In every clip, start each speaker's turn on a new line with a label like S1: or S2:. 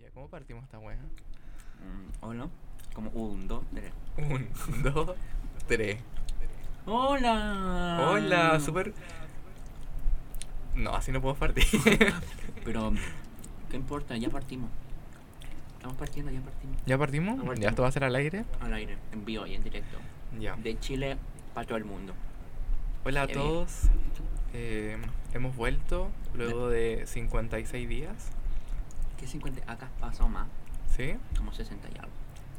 S1: Ya, ¿cómo partimos esta weá?
S2: Mm, hola. Como un, dos, tres.
S1: Un, dos, tres.
S2: ¡Hola!
S1: Hola, súper. No, así no puedo partir.
S2: Pero, ¿qué importa? Ya partimos. Estamos partiendo, ya partimos.
S1: ¿Ya partimos? ¿Ya esto va a ser al aire?
S2: Al aire, en vivo y en directo.
S1: Ya.
S2: De Chile para todo el mundo.
S1: Hola a
S2: Ya vi.
S1: todos. Eh, hemos vuelto luego de 56 días.
S2: ¿Qué 50? Acá pasó más.
S1: ¿Sí?
S2: Como 60 y algo.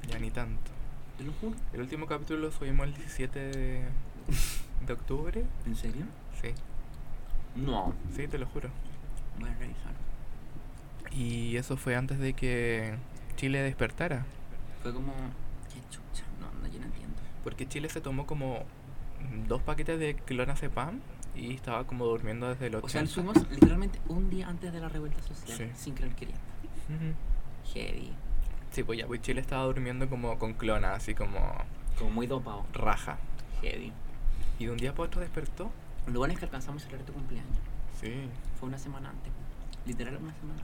S1: Ya ni tanto.
S2: Te lo juro.
S1: El último capítulo lo subimos el 17 de, de octubre.
S2: ¿En serio?
S1: Sí,
S2: No.
S1: sí, te lo juro.
S2: Voy a revisar.
S1: Y eso fue antes de que Chile despertara.
S2: Fue como. Qué chucha. No, no, yo no entiendo.
S1: Porque Chile se tomó como dos paquetes de clonazepam y estaba como durmiendo desde el 80.
S2: O sea, subimos literalmente un día antes de la revuelta social.
S1: Sí.
S2: Sin creer queriendo.
S1: Ujú.
S2: Heavy.
S1: Sí, pues ya, pues Chile estaba durmiendo como con clona, así como
S2: Como muy dopado.
S1: raja.
S2: Heavy.
S1: Y de un día para otro despertó.
S2: Lo bueno es que alcanzamos a celebrar tu cumpleaños.
S1: Sí.
S2: Fue una semana antes. Literal una semana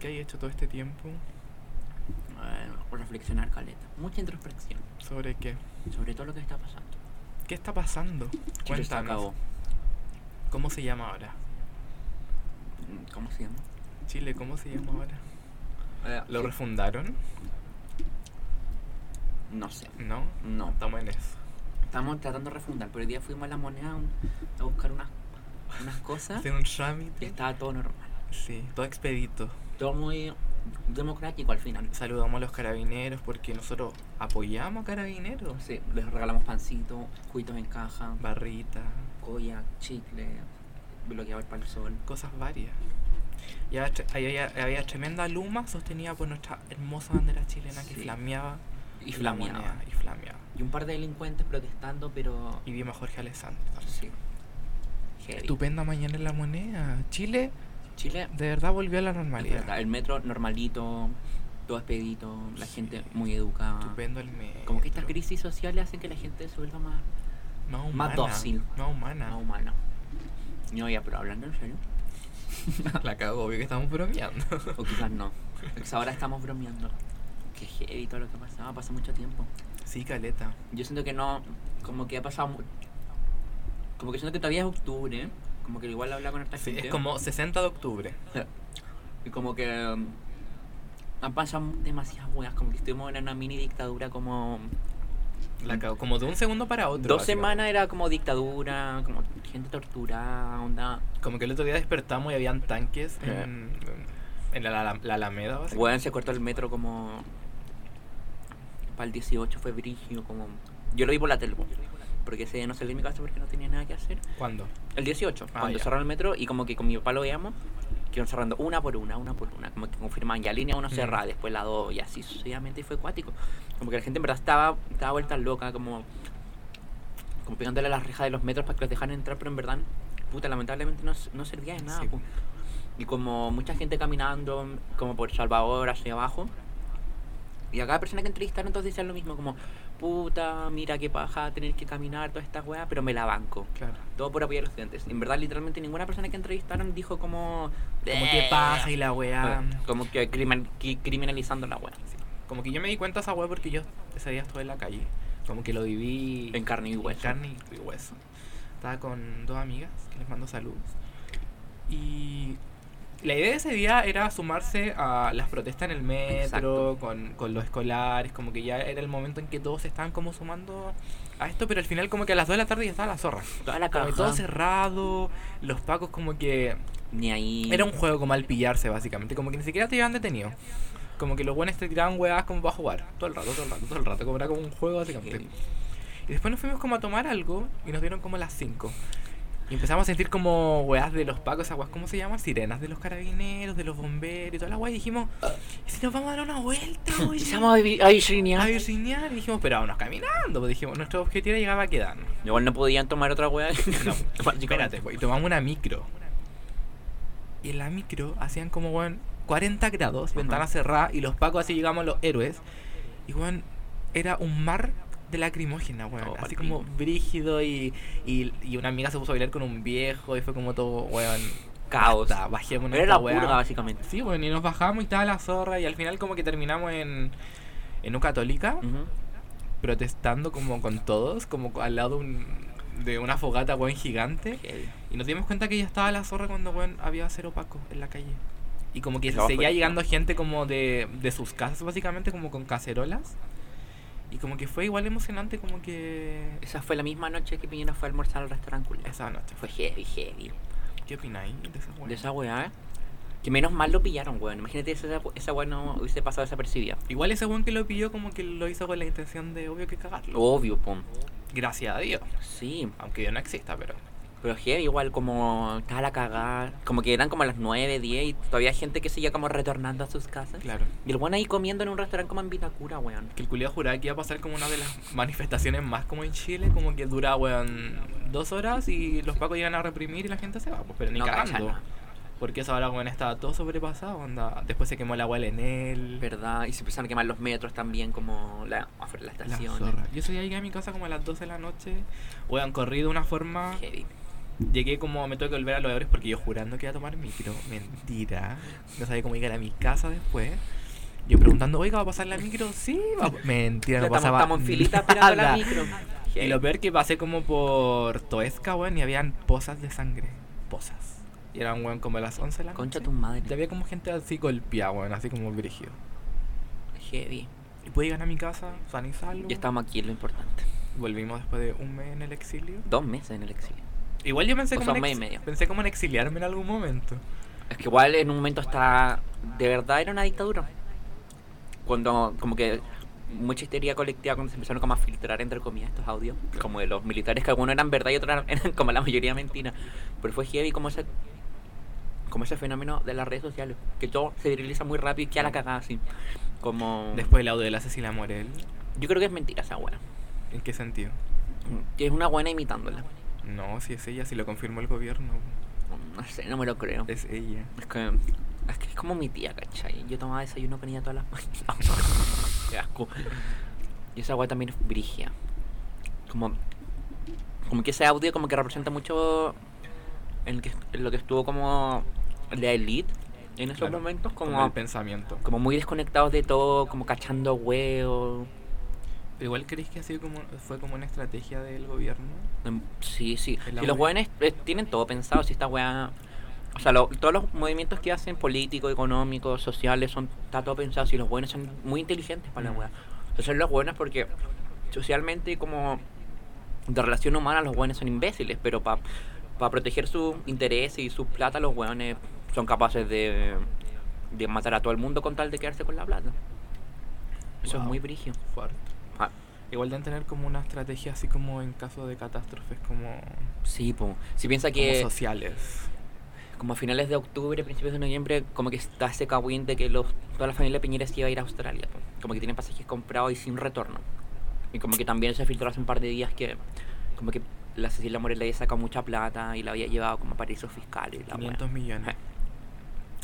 S1: ¿Qué hay hecho todo este tiempo?
S2: antes. Eh, reflexionar, Caleta. Mucha introspección.
S1: ¿Sobre qué?
S2: Sobre todo lo que está pasando.
S1: ¿Qué está pasando?
S2: Chile se
S1: Cuéntanos.
S2: acabó.
S1: ¿Cómo se llama ahora?
S2: Mm, ¿Cómo se llama?
S1: Chile, ¿cómo se llama ahora?
S2: Eh,
S1: Eh, ¿Lo
S2: sí.
S1: refundaron?
S2: No sé.
S1: No.
S2: No.
S1: Estamos en eso.
S2: Estamos tratando de refundar, pero hoy día fuimos a la moneda a un- a buscar unas, unas cosas
S1: Hacer un
S2: y
S1: trámite.
S2: estaba todo normal.
S1: Sí, todo expedito.
S2: Todo muy democrático al final.
S1: Saludamos a los carabineros porque nosotros apoyamos a carabineros.
S2: Sí, les regalamos pancitos, cuitos en caja,
S1: Barrita,
S2: colla, chicle, bloqueador para el sol.
S1: cosas varias. Y había, tre- había, había tremenda luma sostenida por nuestra hermosa bandera chilena que
S2: Sí.
S1: flameaba.
S2: Y
S1: en la
S2: flameaba.
S1: moneda, Y flameaba.
S2: Y un par de delincuentes protestando, pero.
S1: Y vimos a Jorge Alessandro.
S2: Sí. Heavy.
S1: Estupenda mañana en la moneda. Chile
S2: Chile,
S1: de verdad volvió a la
S2: es verdad,
S1: normalidad.
S2: el metro normalito, todo expedito, la
S1: Sí.
S2: gente muy educada.
S1: Estupendo el mes.
S2: Como que estas crisis sociales hacen que la gente se vuelva más,
S1: Más humana.
S2: dócil.
S1: Más humana.
S2: más humana. No, ya, pero hablando en serio.
S1: La cago, obvio que estamos bromeando.
S2: O quizás no. Quizás ahora estamos bromeando. Qué heavy todo lo que ha pasado, pasa mucho tiempo.
S1: Sí, caleta.
S2: Yo siento que no, como que ha pasado. mu- Como que siento que todavía es octubre, como que igual habla con esta
S1: Sí,
S2: gente.
S1: es como 60 de octubre.
S2: Y como que um, han pasado demasiadas weas, como que estuvimos en una mini dictadura como...
S1: La cago. Como de un segundo para otro.
S2: Dos
S1: básicamente.
S2: semanas era como dictadura, como gente torturada, onda...
S1: Como que el otro día despertamos y habían tanques
S2: Sí.
S1: en,
S2: Eh.
S1: en la, la- la Alameda, básicamente.
S2: Weón se cortó el metro como... Para el 18 fue brígido, como... Yo lo vi por la tele, porque ese día no salí de mi casa porque no tenía nada que hacer.
S1: ¿Cuándo?
S2: El 18,
S1: Ah,
S2: cuando
S1: ya.
S2: cerraron el metro y como que con mi papá lo veíamos, que iban cerrando una por una, una por una, como que confirmaban ya línea uno
S1: Mm.
S2: cerrada, después la dos y así sucesivamente y fue acuático. Como que la gente en verdad estaba, estaba vuelta loca, como, como pegándole a las rejas de los metros para que los dejaran entrar, pero en verdad, puta, lamentablemente no, no servía de nada.
S1: Sí.
S2: po. Y como mucha gente caminando, como por Salvador hacia abajo. Y a cada persona que entrevistaron todos decían lo mismo, como, puta, mira qué paja tener que caminar, toda esta weá, pero me la banco.
S1: Claro.
S2: Todo por apoyar a los estudiantes. En verdad, literalmente ninguna persona que entrevistaron dijo como... Ah,
S1: Como
S2: Eh.
S1: que paja y la weá.
S2: Como que crimen- qui- criminalizando la wea.
S1: Como que yo me di cuenta de esa weá porque yo ese día estuve en la calle. Como que lo viví.
S2: En carne y hueso.
S1: En carne y- y hueso. Estaba con dos amigas que les mando saludos. Y la idea de ese día era sumarse a las protestas en el metro, con, con los escolares. Como que ya era el momento en que todos se estaban como sumando a esto, pero al final, como que a las 2 de la tarde ya estaba la zorra.
S2: Toda la
S1: Como que todo
S2: caja.
S1: cerrado, los pacos como que
S2: Ni ahí...
S1: era un juego como al pillarse, básicamente. Como que ni siquiera te llevan detenido. Como que los buenos te tiraban huevadas como para jugar. Todo el rato, todo el rato, todo el rato. Como era como un juego, básicamente. Y después nos fuimos como a tomar algo y nos dieron como las 5. Y empezamos a sentir como hueás de los pacos, aguas, ¿cómo se llaman? Sirenas de los carabineros, de los bomberos y toda la hueá. Y dijimos, ¿y si nos vamos a dar una vuelta, oye?
S2: Empezamos a vi- a
S1: A
S2: virginia.
S1: virginear. Y dijimos, pero vámonos caminando. Pues dijimos, nuestro objetivo era llegar a quedarnos.
S2: Igual no podían tomar otra wea.
S1: No,
S2: Básicamente.
S1: espérate, pues, y tomamos una micro. Y en la micro hacían como, weón, 40 grados,
S2: Ajá.
S1: ventana cerrada, y los pacos así llegamos los héroes. Y, weón, era un mar de lacrimógena, weón.
S2: Oh,
S1: así
S2: palpico.
S1: como brígido y, y, y una amiga se puso a bailar con un viejo y fue como todo, weón,
S2: caos.
S1: Basta, bajémonos
S2: Era
S1: esta
S2: la
S1: weá.
S2: purga, básicamente.
S1: Sí, bueno, y nos bajamos y estaba la zorra y al final como que terminamos en, en un católica
S2: Ujú.
S1: protestando como con todos, como al lado un- de una fogata, weón, gigante.
S2: Heavy.
S1: Y nos dimos cuenta que ya estaba la zorra cuando, weón, había cero paco en la calle. Y como que
S2: Estaba
S1: seguía
S2: afuera.
S1: llegando gente como de, de sus casas, básicamente, como con cacerolas. Y como que fue igual emocionante, como que...
S2: Esa fue la misma noche que Piñera fue a almorzar al restaurante culiao.
S1: Esa noche fue...
S2: Fue heavy, heavy.
S1: ¿Qué opináis de esa weón?
S2: De esa weá. Que menos mal lo pillaron, weón. Imagínate si esa, esa weá no hubiese pasado desapercibida.
S1: Igual ese weón que lo pilló como que lo hizo con la intención de, obvio, que cagarlo.
S2: Obvio, pum.
S1: Gracias a Dios.
S2: Sí.
S1: Aunque Dios no exista, pero...
S2: Pero heavy, igual como estaba la cagada. Como que eran como las 9, 10 y todavía hay gente que seguía como retornando a sus casas.
S1: Claro.
S2: Y el weón ahí comiendo en un restaurante como en Vitacura, weón.
S1: Que el culiado juraba que iba a pasar como una de las manifestaciones más como en Chile, como que dura, weón, dos horas y los pacos llegan a reprimir y la gente se va, pues, pero ni
S2: No
S1: cagando.
S2: cachan,
S1: Porque esa hora, weón, estaba todo sobrepasado, onda. Después se quemó la agua en él.
S2: ¿Verdad? Y se empezaron a quemar los metros también, como la, afuera de la
S1: La
S2: estación.
S1: zorra. Yo soy ahí a mi casa como a las 12 de la noche. Weón, corrí de una forma.
S2: Heavy.
S1: Llegué como, me tuve que volver a los Ebros porque yo jurando que iba a tomar micro. Mentira. No sabía cómo llegar a mi casa después. Yo preguntando, oiga, ¿va a pasar la micro? Sí, va a- Mentira,
S2: Ya
S1: no
S2: estamos,
S1: pasaba
S2: estamos en filita esperando la
S1: nada.
S2: micro.
S1: Y
S2: Heavy.
S1: lo peor que pasé como por Toesca, weón, y habían pozas de sangre. Pozas. Y eran, weón, como a las 11 de la
S2: Concha tu
S1: noche.
S2: madre.
S1: Y había como gente así golpeada, weón, así como brígido.
S2: Heavy.
S1: Y pude llegar a mi casa, sano y salvo.
S2: Ya estamos aquí, lo importante.
S1: Volvimos después de un mes en el exilio.
S2: Dos meses en el exilio.
S1: Igual yo pensé
S2: O
S1: como, en
S2: sea, un mes y
S1: ex-
S2: medio.
S1: pensé como en exiliarme en algún momento.
S2: Es que igual en un momento está. De verdad era una dictadura. Cuando, como que. Mucha histeria colectiva cuando se empezaron como a filtrar entre comillas estos audios, como de los militares que algunos eran verdad y otros eran, eran como la mayoría mentira. Pero fue heavy como ese, como ese fenómeno de las redes sociales, que todo se viraliza muy rápido y que a la cagada así. Como.
S1: Después el audio de la Cecilia Morel.
S2: Yo creo que es mentira esa buena.
S1: ¿En qué sentido?
S2: Que es una buena imitándola.
S1: No, si es ella, si lo confirmó el gobierno.
S2: No sé, no me lo creo.
S1: Es ella.
S2: Es que es, que es como mi tía, ¿cachai? Yo tomaba desayuno con ella todas las mañanas. Qué asco. Y esa agua también es brigia. Como, como que ese audio como que representa mucho en, el que, en lo que estuvo como la elite en esos
S1: Claro,
S2: momentos,
S1: Como
S2: como,
S1: el pensamiento.
S2: como muy desconectados de todo, como cachando huevos.
S1: Pero Igual creéis que ha sido como, fue como una estrategia del gobierno.
S2: Em, Sí, sí.
S1: Es la
S2: Y los
S1: wea.
S2: weones eh, tienen todo pensado. Si esta weá. O sea, lo- todos los movimientos que hacen políticos, económicos, sociales, son, está todo pensado. Si los buenos son muy inteligentes para
S1: Mm.
S2: la weá. O sea, los buenos porque socialmente, como de relación humana, los buenos son imbéciles. Pero para proteger sus intereses y sus plata, los weones son capaces de, de matar a todo el mundo con tal de quedarse con la plata. Eso es
S1: Wow.
S2: muy brigio.
S1: Fuerte.
S2: Ah,
S1: Igual deben tener como una estrategia así como en caso de catástrofes como,
S2: sí, po. Si piensa
S1: como
S2: que.
S1: sociales.
S2: como a finales de octubre, principios de noviembre, como que está ese cagüín de que los, toda la familia Piñera se iba a ir a Australia. po. Como que tienen pasajes comprados y sin retorno. Y como que también se filtró hace un par de días que como que la Cecilia Morel le había sacado mucha plata y la había llevado como a paraísos fiscales. La wea.
S1: 500 millones.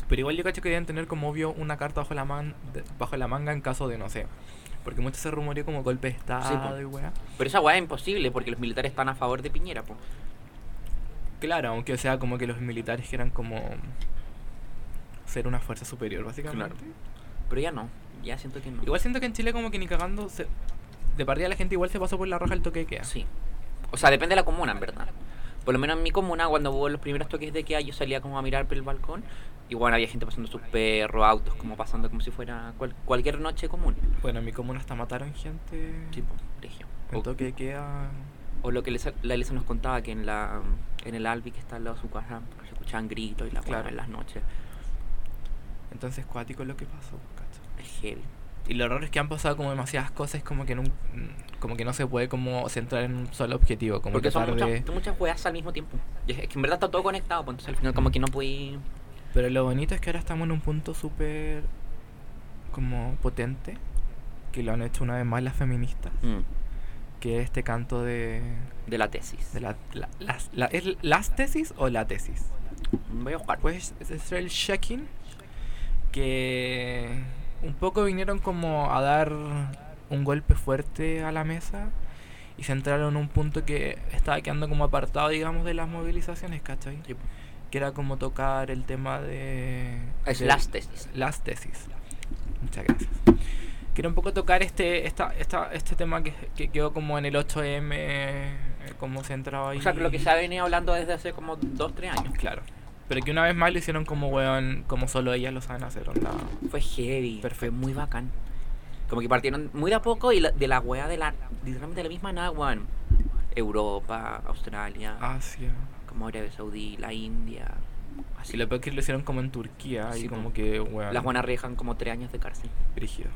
S1: Pero igual yo cacho que deben tener como obvio una carta bajo la, man- de- bajo la manga en caso de no sé. Porque mucho se rumoreó como golpe de estado y weá.
S2: Pero esa weá es imposible porque los militares están a favor de Piñera. po.
S1: Claro, aunque sea como que los militares quieran como ser una fuerza superior básicamente.
S2: Pero ya no, ya siento que no.
S1: Igual siento que en Chile como que ni cagando se... De partida la gente igual se pasó por la roja el toque de queda.
S2: Sí. O sea, depende de la comuna, en verdad. Por lo menos en mi comuna, cuando hubo los primeros toques de queda, yo salía como a mirar por el balcón. Y bueno, había gente pasando sus perros, autos, como pasando como si fuera cual- cualquier noche común.
S1: Bueno, en mi comuna hasta mataron gente.
S2: Tipo, regio.
S1: El
S2: O,
S1: toque de queda...
S2: o lo que Lisa- la Elisa nos contaba, que en la en el Albi que está al lado de su casa, se escuchaban gritos y la
S1: Claro.
S2: claro. en las noches.
S1: Entonces cuático es lo que pasó, cacho.
S2: Es heavy.
S1: Y lo raro es que han pasado como demasiadas cosas, como que no, como que no se puede como centrar en un solo objetivo, como
S2: Porque son
S1: tratar de-
S2: muchas, muchas weas al mismo tiempo. Y es que en verdad está todo conectado, pues entonces al final como que no pude...
S1: Pero lo bonito es que ahora estamos en un punto súper como potente, que lo han hecho una vez más las feministas,
S2: Mm.
S1: que es este canto de,
S2: De la tesis.
S1: de la, la- las, la- ¿es las tesis o la tesis.
S2: Voy a buscar.
S1: Pues es es el Shaking, que un poco vinieron como a dar un golpe fuerte a la mesa y se centraron en un punto que estaba quedando como apartado, digamos, de las movilizaciones, ¿cachai?
S2: Sí, pues. po.
S1: que que era como tocar el tema de...
S2: Ah, Es
S1: de-
S2: las tesis.
S1: Las tesis. Muchas gracias. Quiero un poco tocar este esta, esta, este tema que, que quedó como en el 8M, eh, como centrado ahí.
S2: O sea, que lo que se ha venido hablando desde hace como 2-3 años.
S1: Claro. Pero que una vez más lo hicieron como weón, como solo ellas lo saben hacer, onda.
S2: Fue heavy, pero fue
S1: Perfecto.
S2: muy bacán. Como que partieron muy de a poco y la- de la wea de la. literalmente de la misma nada, weón. Europa, Australia,
S1: Asia.
S2: como Arabia Saudí, la India.
S1: Y
S2: Así.
S1: lo peor que lo hicieron como en Turquía
S2: Sí,
S1: y
S2: po.
S1: como que weón.
S2: Las buenas rejan como 3 años de cárcel.
S1: Brígido.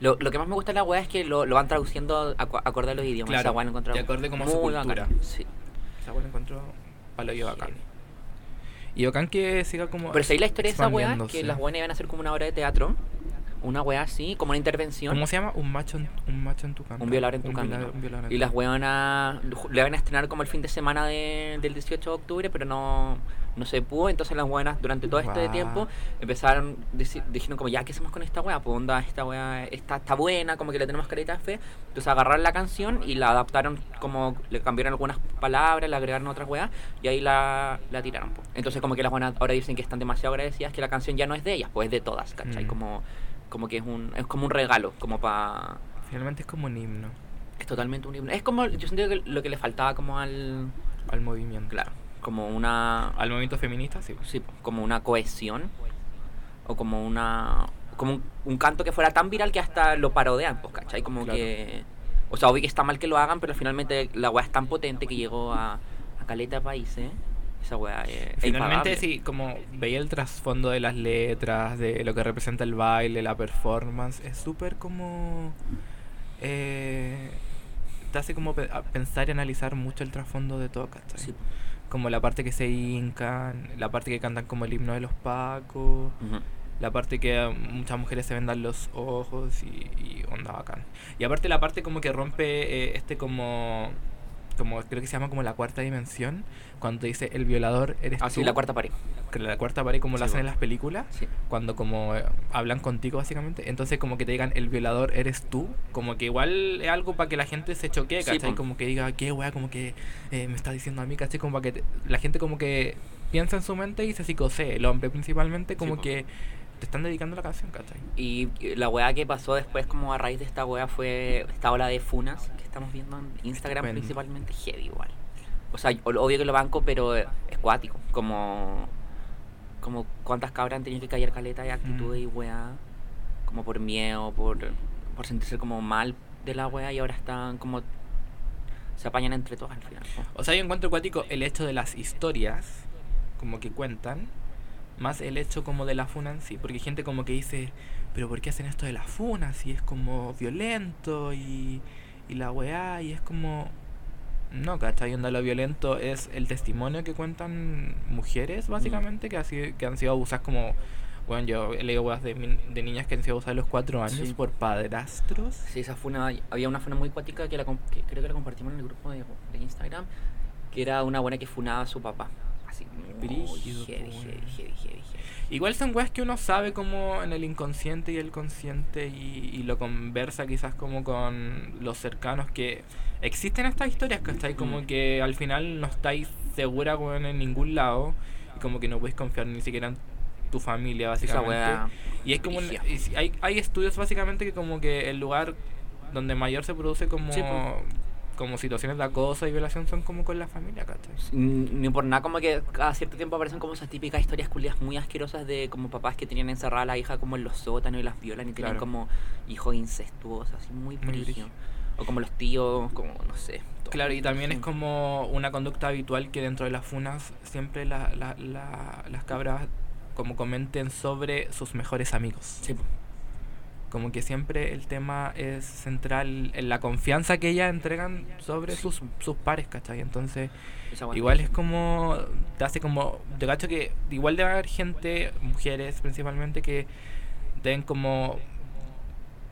S2: Lo, lo que más me gusta de la wea es que lo, lo van traduciendo acu- acorde a los idiomas.
S1: Claro,
S2: esa wea la encontré
S1: de acorde como a su
S2: muy bacán.
S1: cultura.
S2: Sí.
S1: Esa weón encontró palo y bacán.
S2: Heavy.
S1: Y bacán que siga como.
S2: Pero seguí la historia de esa wea, que
S1: expandiéndose.
S2: las buenas iban a hacer como una obra de teatro. Una wea así, como una intervención.
S1: ¿Cómo se llama? Un macho en, un macho en tu cama.
S2: Un violador en tu camino.
S1: violador- un violador en
S2: Y
S1: tu
S2: las weonas ju- le van a estrenar como el fin de semana de- del 18 de octubre, pero no, no se pudo. Entonces las weonas durante todo este
S1: Guau.
S2: tiempo empezaron, deci- dijeron como, ya, ¿qué hacemos con esta wea? Pues onda, esta wea está, está buena, como que le tenemos carita de fe. Entonces agarraron la canción y la adaptaron, como le cambiaron algunas palabras, le agregaron otras weas y ahí la, la tiraron. po. Entonces como que las weonas ahora dicen que están demasiado agradecidas, que la canción ya no es de ellas, pues es de todas, ¿cachai?
S1: Mm.
S2: Como, como que es, un, es como un regalo, como para...
S1: Finalmente es como un himno
S2: Es totalmente un himno. Es como, yo siento que lo que le faltaba como al...
S1: al movimiento.
S2: Claro, como una...
S1: Al movimiento feminista, sí. pues.
S2: sí, como una cohesión. O como una... Como un, un canto que fuera tan viral que hasta lo parodean, pues, ¿cachai? Como
S1: Claro.
S2: que... O sea, obvio que está mal que lo hagan, pero finalmente la weá es tan potente que llegó a, a caleta de países. Esa weá es es
S1: Finalmente,
S2: impagable.
S1: sí, como veía el trasfondo de las letras, de lo que representa el baile, la performance, es súper como. eh, te hace como pe- a pensar y analizar mucho el trasfondo de todo, ¿cachai?
S2: Sí.
S1: Como la parte que se hincan, la parte que cantan como el himno de los pacos,
S2: Ujú.
S1: la parte que a muchas mujeres se vendan los ojos y, y onda bacán. Y aparte la parte como que rompe eh, este como como creo que se llama como la cuarta dimensión, cuando te dice el violador eres
S2: Ah, sí,
S1: tú",
S2: la cuarta pared.
S1: que la cuarta pared como
S2: Sí,
S1: lo hacen
S2: bo.
S1: en las películas,
S2: Sí.
S1: cuando como eh, hablan contigo básicamente, entonces como que te digan el violador eres tú, como que igual es algo para que la gente se choquee,
S2: Sí,
S1: ¿cachai?
S2: po.
S1: como que diga, qué wea, como que eh, me está diciendo a mí, ¿cachai? Como para que te- la gente como que piensa en su mente y se psicosee, el hombre principalmente como
S2: po.
S1: que te están dedicando la canción, ¿cachai?
S2: Y la weá que pasó después, como a raíz de esta weá, fue esta ola de funas que estamos viendo en Instagram,
S1: Estupendo.
S2: principalmente heavy igual. O sea, o- obvio que lo banco, pero es cuático. Como, como cuántas cabras han tenido que callar caleta de actitudes y weá, como por miedo, por, por sentirse como mal de la weá, y ahora están como. se apañan entre todas al final. po.
S1: O sea, yo encuentro cuático el hecho de las historias, como que cuentan, más el hecho como de la funa en sí. Porque hay gente como que dice, pero ¿por qué hacen esto de la funa? Si es como violento y, y la weá, y es como... No, ¿cachai? Onda lo violento es el testimonio que cuentan mujeres, básicamente, que, ha sido- que han sido abusadas como... Bueno, yo he leído weas de, min- de niñas que han sido abusadas a los cuatro años
S2: Sí.
S1: por padrastros.
S2: Sí, esa funa, había una funa muy cuática que, la, com- que creo que la compartimos en el grupo de, de Instagram, que era una buena que funaba a su papá. Así, muy
S1: Brígido,
S2: heavy,
S1: po,
S2: heavy,
S1: weón.
S2: heavy, heavy, heavy.
S1: Igual son weas que uno sabe como en el inconsciente y el consciente y, y lo conversa quizás como con los cercanos que existen estas historias, ¿cachai? Como
S2: Mm.
S1: que al final no estáis segura weón, en ningún lado y como que no podéis confiar ni siquiera en tu familia
S2: Esa
S1: básicamente.
S2: wea
S1: y es como un-
S2: brígida.
S1: y si- hay, hay estudios básicamente que como que el lugar donde mayor se produce como,
S2: Sí, po.
S1: como situaciones de acoso y violación son como con la familia, ¿cachai?
S2: N- mm, Ni por nada, como que cada cierto tiempo aparecen como esas típicas historias culias muy asquerosas de como papás que tenían encerrada a la hija como en los sótanos y las violan y tienen
S1: Claro.
S2: como hijos incestuosos, así muy
S1: Muy
S2: brígido.
S1: brígido.
S2: O como los tíos, como no sé. todo.
S1: Claro, y también es
S2: Sí.
S1: como una conducta habitual que dentro de las funas siempre la- la- la- las cabras como comenten sobre sus mejores amigos.
S2: Sí, po.
S1: Como que siempre el tema es central en la confianza que ellas entregan sobre
S2: Sí.
S1: sus, sus pares, ¿cachai? Entonces,
S2: Esa wea
S1: igual es como, te hace como, te cacho que igual debe haber gente, mujeres principalmente, que deben como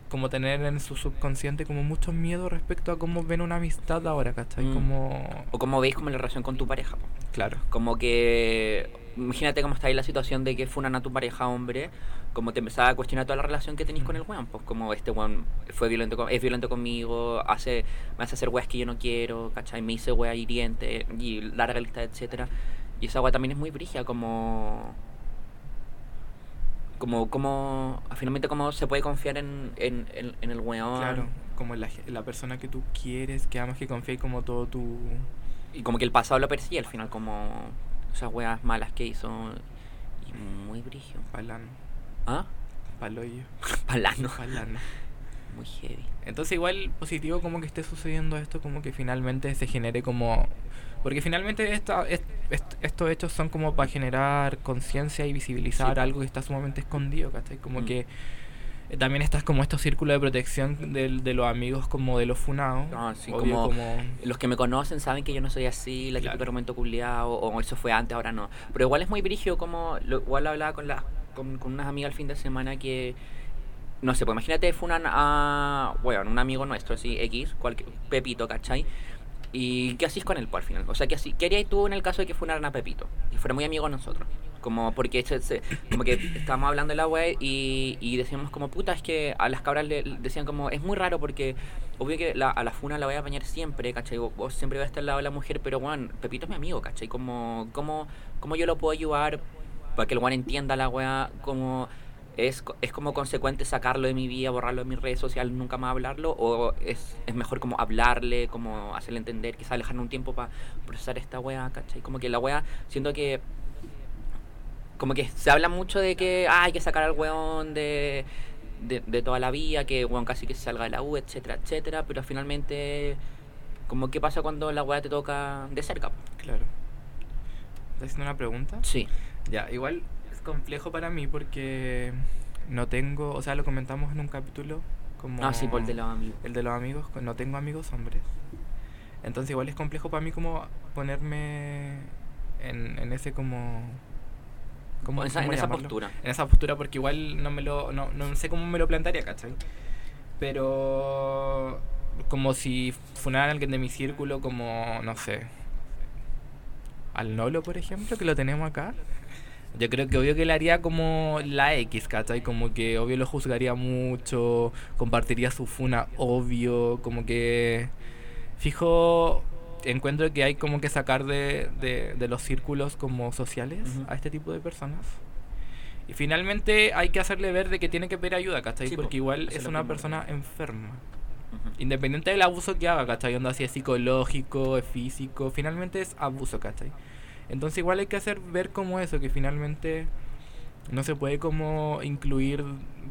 S1: como tener en su subconsciente como mucho miedo respecto a cómo ven una amistad ahora, ¿cachai?
S2: Mm.
S1: Como
S2: O como veis como la relación con tu pareja. po.
S1: Claro.
S2: Como que. Imagínate cómo está ahí la situación de que funan a tu pareja hombre, como te empezaba a cuestionar toda la relación que tenéis con el weón. Pues como este weón fue violento con- es violento conmigo, hace, me hace hacer weas que yo no quiero, ¿cachai? Me hice wea hiriente y larga lista, etcétera Y esa agua también es muy brígida, como. Como, como. Finalmente, como se puede confiar en, en, en, en el weón.
S1: Claro, como la, ge- la persona que tú quieres, que amas, que confías como todo tu...
S2: Y como que el pasado lo persigue al final, como. Esas weas malas que hizo. Y muy brígido.
S1: Palano,
S2: ¿Ah?
S1: paloyo,
S2: Palano.
S1: palano.
S2: Muy heavy.
S1: Entonces igual positivo como que esté sucediendo esto, como que finalmente se genere como... Porque finalmente esta, est- est- estos hechos son como para generar conciencia y visibilizar
S2: Sí.
S1: algo que está sumamente escondido, ¿cachai? Como
S2: Mm.
S1: que eh, también estás como estos círculos de protección del- de, los amigos como de los funados.
S2: Ah, sí,
S1: obvio,
S2: como- Los que me conocen saben que yo no soy así, la
S1: Claro.
S2: típica argumento culiado, o eso fue antes, ahora no. Pero igual es muy brígido como, lo, igual hablaba con, las con, con unas amigas el fin de semana que, no sé, pues imagínate, funan a, bueno, un amigo nuestro, así, X, cualquier, Pepito, ¿cachai? ¿Y qué hacís con él, pues, al final? O sea, ¿qué, así, ¿qué harías tú en el caso de que funaran a Pepito? Que fuera muy amigo de nosotros. Como porque se- se- como que estábamos hablando en la web y, y decíamos como, puta, es que a las cabras le le decían como, es muy raro porque obvio que la- a la funa la voy a apañar siempre, ¿cachai? Vos- Vos siempre vas a estar al lado de la mujer, pero, Juan, Pepito es mi amigo, ¿cachai? Como, como, como yo lo puedo ayudar para que el Juan entienda la weá, como... Es, co- es como consecuente sacarlo de mi vida, borrarlo de mis redes sociales, nunca más hablarlo, o es, es mejor como hablarle, como hacerle entender, quizás alejarle un tiempo para procesar esta weá, ¿cachai? Como que la weá, siento que. Como que se habla mucho de que ah, hay que sacar al weón de, de, de toda la vía, que weón casi que se salga de la U, etcétera, etcétera, pero finalmente. Como qué pasa cuando la weá te toca de cerca.
S1: Claro. ¿Estás haciendo una pregunta?
S2: Sí.
S1: Ya, igual es complejo para mí porque no tengo, o sea, lo comentamos en un capítulo como...
S2: Ah, sí, por el de los amigos.
S1: el de los amigos, co- no tengo amigos hombres. Entonces igual es complejo para mí como ponerme en, en ese como... como
S2: En esa- en esa postura.
S1: En esa postura porque igual no me lo... No, no sé cómo me lo plantaría, ¿cachai? Pero... Como si funaran a alguien de mi círculo como, no sé... Al Nolo, por ejemplo, que lo tenemos acá. Yo creo que obvio que le haría como la X, ¿cachai? Como que obvio lo juzgaría mucho, compartiría su funa, obvio, como que... Fijo, encuentro que hay como que sacar de, de, de los círculos como sociales
S2: Ujú.
S1: a este tipo de personas. Y finalmente hay que hacerle ver de que tiene que pedir ayuda, ¿cachai?
S2: Sí, po,
S1: Porque igual
S2: eso es
S1: es
S2: lo
S1: una
S2: primordial.
S1: persona enferma.
S2: Ujú.
S1: Independiente del abuso que haga, ¿cachai? Onda así es psicológico, es físico, finalmente es abuso, ¿cachai? Entonces igual hay que hacer ver como eso, que finalmente no se puede como incluir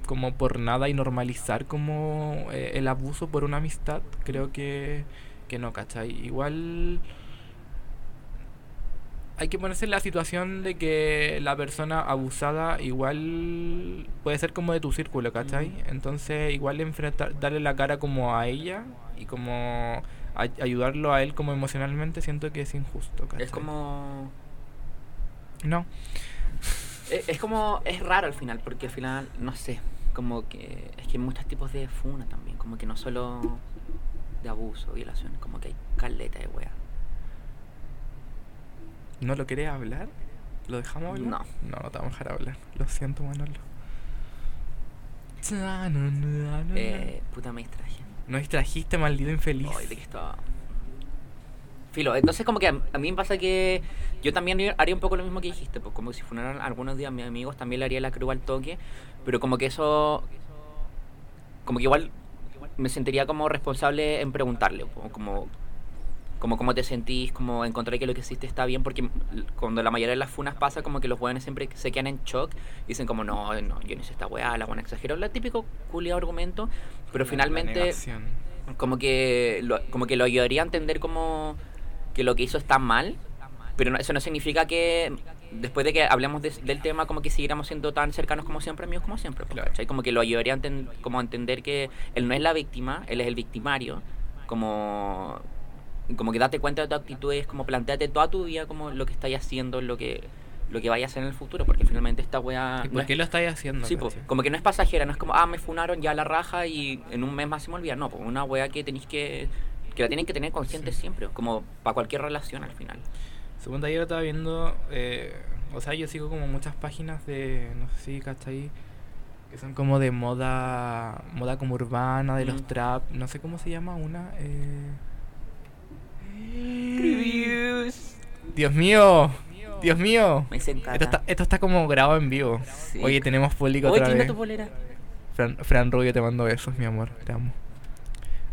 S1: como por nada y normalizar como eh, el abuso por una amistad, creo que, que no, ¿cachai? Igual hay que ponerse en la situación de que la persona abusada igual puede ser como de tu círculo, ¿cachai?
S2: Ujú.
S1: Entonces igual enfrentar, darle la cara como a ella y como ay- ayudarlo a él como emocionalmente siento que es injusto, ¿cachai?
S2: Es como. e,
S1: No,
S2: Es, es como, es raro al final, porque al final, no sé, como que es que hay muchos tipos de funa también, como que no solo de abuso, violación, como que hay caleta de wea.
S1: ¿no lo querés hablar? ¿Lo dejamos hablar?
S2: No.
S1: No, no te vamos a dejar hablar. Lo siento, Manolo.
S2: Eh, puta, me distraje.
S1: Nos distrajiste, maldito infeliz.
S2: Ay, de que estaba. Filo, entonces como que a, a mí me pasa que yo también haría un poco lo mismo que dijiste, pues como si funaran algunos días mis amigos, también le haría la cruz al toque, pero como que eso, como que igual me sentiría como responsable en preguntarle, po, como, como cómo te sentís, como encontré que lo que hiciste está bien, porque l- cuando la mayoría de las funas pasa, como que los jóvenes siempre se quedan en shock, dicen como, no, no, yo no hice esta weá, la buena exageró, el típico culiado argumento, pero
S1: La- la
S2: finalmente
S1: negación.
S2: como que lo, como que lo ayudaría a entender como que lo que hizo está mal pero no- eso no significa que después de que hablemos de- del tema como que siguiéramos siendo tan cercanos como siempre amigos como siempre pues,
S1: Claro.
S2: ¿cachai? como que lo ayudaría a enten- como a entender que él no es la víctima él es el victimario como como que date cuenta de tu actitud es como planteate toda tu vida como lo que estás haciendo lo que lo que vayas a hacer en el futuro porque finalmente esta weá
S1: ¿Y
S2: no
S1: por
S2: es-
S1: qué lo estáis haciendo?
S2: ah, Sí, po,
S1: cachai?
S2: como que no es pasajera, no es como, ah, me funaron ya la raja y en un mes más se me olvida. No, pues una wea que tenéis que. que la tienen que tener consciente
S1: Sí.
S2: siempre, como para cualquier relación al final.
S1: Supongo ayer estaba viendo, eh, o sea, yo sigo como muchas páginas de, no sé si cachai, que son como de moda, moda como urbana, de los
S2: Mm.
S1: trap, no sé cómo se llama una. Eh... Dios mío, Dios mío.
S2: Me dicen
S1: Esto está,
S2: Cata.
S1: esto está como grabado en vivo.
S2: Sí.
S1: Oye, tenemos público
S2: Oye,
S1: otra
S2: qué linda
S1: vez.
S2: tu polera.
S1: Fran, Fran Rubio te mando besos, mi amor. Te amo.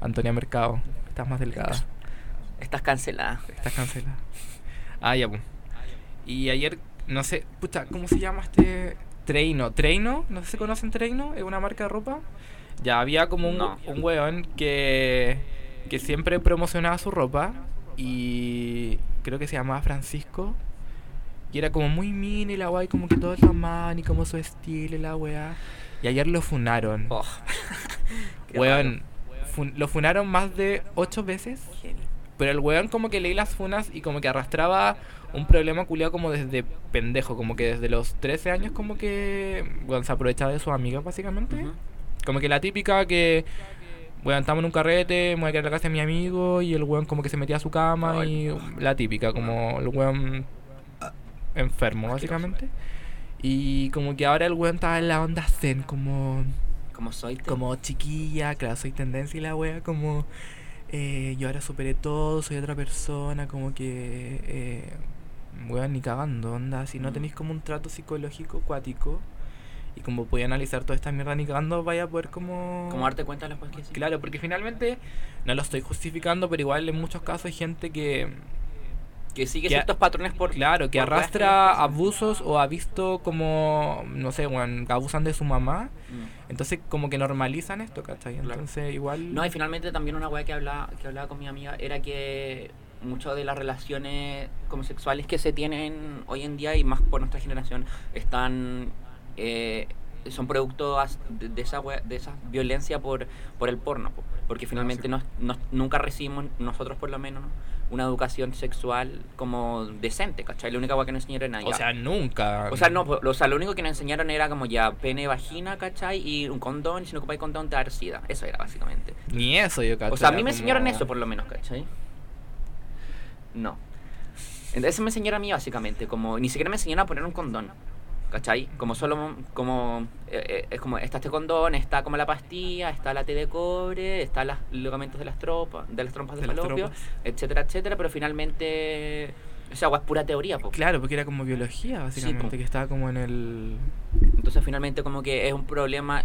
S1: Antonia Mercado, estás más delgada.
S2: Estás cancelada.
S1: Estás cancelada. Ah, ya, pum. Y ayer, no sé, puta, ¿cómo se llama este? Treino. Treino, no sé si conocen Treino, es una marca de ropa. Ya había como un,
S2: No.
S1: un weón que, que siempre promocionaba su ropa y creo que se llamaba Francisco. Y era como muy mini la weá, y como que todo lo aman y como su estilo y la weá. Y ayer lo funaron.
S2: Oh. Qué
S1: weón, fun- lo funaron más de ocho veces.
S2: raro. Genio.
S1: Pero el weón como que leí las funas y como que arrastraba un problema culiado como desde pendejo, como que desde los 13 años como que weón, se aprovechaba de sus amigas básicamente.
S2: Ujú.
S1: Como que la típica que, weón, estamos en un carrete, me voy a quedar en la casa de mi amigo y el weón como que se metía a su cama
S2: Ay,
S1: y la típica, como el weón enfermo básicamente.
S2: eh.
S1: Y como que ahora el weón estaba en la onda zen, como
S2: Como soy. te-
S1: como chiquilla, claro, soy tendencia y la wea, como eh, yo ahora superé todo, soy otra persona, como que, eh, wea, ni cagando, onda, si no
S2: Mm.
S1: tenéis como un trato psicológico cuático y como podía analizar toda esta mierda ni cagando, vaya a poder como...
S2: Como darte cuenta de las cosas que sí.
S1: Claro, porque finalmente no lo estoy justificando, pero igual en muchos casos hay gente que
S2: Que sigue
S1: que-
S2: ciertos patrones por.
S1: Claro, que
S2: por weas que "Ah". les
S1: arrastra
S2: pasan.
S1: abusos o ha visto como, no sé, weón, abusan de su mamá.
S2: Mm.
S1: Entonces, como que normalizan esto, ¿cachai?
S2: Claro.
S1: Entonces, igual.
S2: No, y finalmente también una weá que hablaba, que hablaba con mi amiga era que muchas de las relaciones como sexuales que se tienen hoy en día y más por nuestra generación están. eh, son producto as- de, de esa wea- de esa violencia por, por el porno. po. Porque finalmente
S1: Ah, sí.
S2: nos- nos- nunca recibimos, nosotros por lo menos, una educación sexual como decente, ¿cachai? La única weá que nos enseñaron era
S1: O sea, nunca.
S2: Ah, O sea, no, pues, po- o sea, lo único que nos enseñaron era como ya pene, vagina, ¿cachai? Y un condón, y si no ocupáis condón te va a dar sida. Eso era básicamente.
S1: Ni eso, yo, ¿cachai?
S2: O sea, a mí
S1: Era
S2: me enseñaron
S1: como-
S2: eso por lo menos, ¿cachai? No. Entonces me enseñaron a mí básicamente, como ni siquiera me enseñaron a poner un condón. ¿Cachai? Como solo, como, eh, eh, es como, está este condón, está como la pastilla, está la té de cobre, están los ligamentos de las tropas, de las trompas de,
S1: De las
S2: falopio,
S1: tropas.
S2: etcétera, etcétera, pero finalmente, o sea, es pura teoría, po.
S1: Claro, porque era como biología, básicamente,
S2: Sí, po.
S1: que estaba como en el.
S2: Entonces finalmente como que es un problema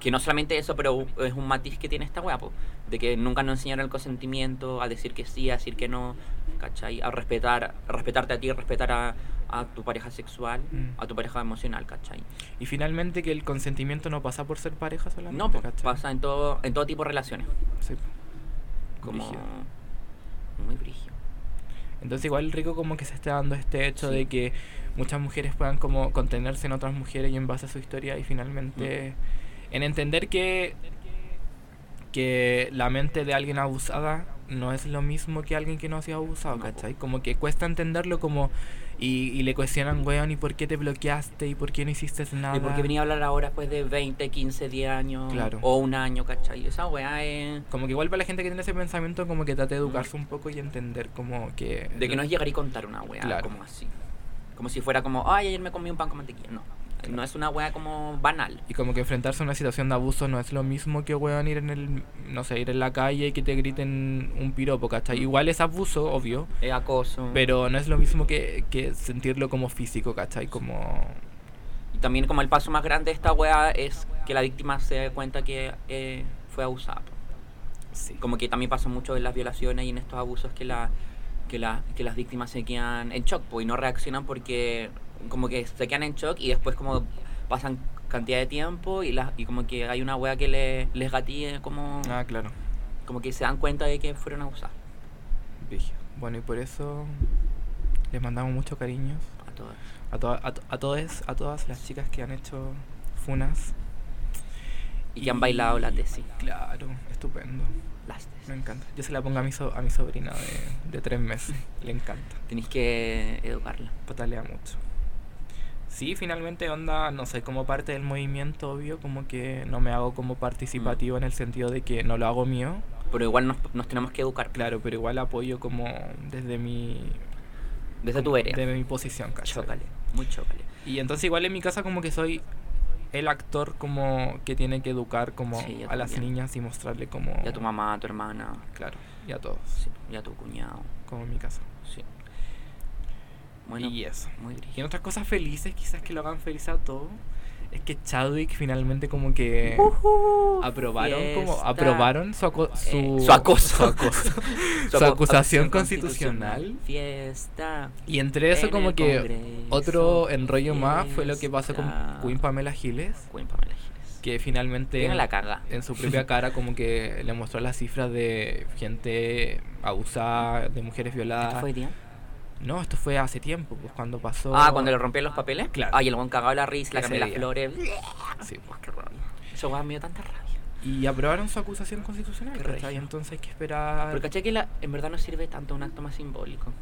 S2: que no solamente eso, pero u- es un matiz que tiene esta guapo, de que nunca nos enseñaron el consentimiento, a decir que sí, a decir que no, ¿cachai? A respetar, a respetarte a ti, respetar a, a tu pareja sexual,
S1: Mm.
S2: a tu pareja emocional, ¿cachai?
S1: Y finalmente que el consentimiento no pasa por ser pareja solamente.
S2: No, pues,
S1: ¿cachai?
S2: pasa en todo, en todo tipo de relaciones.
S1: Sí.
S2: Como
S1: Brígido.
S2: muy brígido.
S1: Entonces, igual rico como que se está dando este hecho
S2: Sí.
S1: de que muchas mujeres puedan como contenerse en otras mujeres y en base a su historia y finalmente
S2: Mm.
S1: en entender que que la mente de alguien abusada no es lo mismo que alguien que no ha sido abusado,
S2: No, po.
S1: ¿cachai? Como que cuesta entenderlo como... Y, y le cuestionan, weón, ¿y por qué te bloqueaste? ¿Y por qué no hiciste nada?
S2: ¿Y por qué venía a hablar ahora después de 20, 15, 10 años?
S1: Claro.
S2: O un año, ¿cachai? Esa weá es...
S1: Como que igual para la gente que tiene ese pensamiento, como que trate de educarse un poco y entender como que...
S2: Mm. De que no es llegar y contar una weá
S1: Claro.
S2: como así. Como si fuera como, ay, ayer me comí un pan con mantequilla. No. No es una weá como banal.
S1: Y como que enfrentarse a una situación de abuso no es lo mismo que, weón, ir en el... No sé, ir en la calle y que te griten un piropo, ¿cachai?
S2: Mm.
S1: Igual es abuso, obvio,
S2: Es acoso.
S1: pero no es lo mismo que, que sentirlo como físico, ¿cachai? Como...
S2: Y también como el paso más grande de esta weá es que la víctima se dé cuenta que eh, fue abusada. po.
S1: Sí.
S2: Como que también pasa mucho en las violaciones y en estos abusos que, la, que, la, que las víctimas se quedan en shock po, y no reaccionan porque como que se quedan en shock y después como pasan cantidad de tiempo y, las y como que hay una weá que le- les gatille como,
S1: Ah, claro.
S2: como que se dan cuenta de que fueron abusadas.
S1: Bueno, y por eso les mandamos muchos cariños
S2: A todas.
S1: a, toda- a, to- a todes- a todas las chicas que han hecho funas.
S2: Y que han bailado la
S1: Y-
S2: tesis.
S1: Claro, estupendo.
S2: Las
S1: Me
S2: tesis.
S1: encanta. Yo se la pongo a mi, so- a mi sobrina de, de tres meses. Le encanta.
S2: Tenéis que educarla.
S1: Patalea mucho. Sí, finalmente onda, no sé, como parte del movimiento, obvio, como que no me hago como
S2: Mm.
S1: participativo en el sentido de que no lo hago mío.
S2: Pero igual nos, nos tenemos que educar.
S1: Claro, pero igual apoyo como desde mi...
S2: Desde tu
S1: de
S2: vereda.
S1: mi posición, ¿cachai?
S2: Chócale. Muy chócale.
S1: Y entonces igual en mi casa como que soy el actor como que tiene que educar como
S2: Sí, yo
S1: a las
S2: también.
S1: niñas y mostrarle como
S2: Y a tu mamá, a tu hermana.
S1: claro, y a todos,
S2: Sí. Y a tu cuñado.
S1: como en mi casa.
S2: Sí. Bueno,
S1: y eso.
S2: muy
S1: Y en
S2: brígido.
S1: otras cosas felices, quizás que lo hagan feliz a todos, es que Chadwick finalmente como que aprobaron como
S2: Fiesta.
S1: aprobaron su, aco-
S2: Eh,
S1: su,
S2: su acoso.
S1: su acoso. Su
S2: acu-
S1: acusación constitucional.
S2: Fiesta.
S1: Y entre eso
S2: en
S1: como
S2: el
S1: que
S2: Congreso.
S1: otro enrollo más fue lo que pasó con
S2: Fiesta.
S1: Queen Pamela Giles,
S2: Queen Pamela Giles.
S1: que finalmente
S2: Tiene la caga.
S1: en su propia cara como que le mostró las cifras de gente abusada, de mujeres violadas.
S2: ¿Esto fue hoy día?
S1: No, esto fue hace tiempo, pues cuando pasó...
S2: Ah, cuando le rompieron los papeles.
S1: Claro.
S2: Ay, el buen cagado la risa, la
S1: Ese
S2: Camila
S1: día.
S2: Flores.
S1: Sí, pues.
S2: Qué rabia. Eso weón, me dio tanta rabia.
S1: Y aprobaron su acusación constitucional,
S2: Qué
S1: ¿cachai?
S2: regio.
S1: Entonces hay que esperar...
S2: Pero caché que la- en verdad no sirve tanto un acto más simbólico.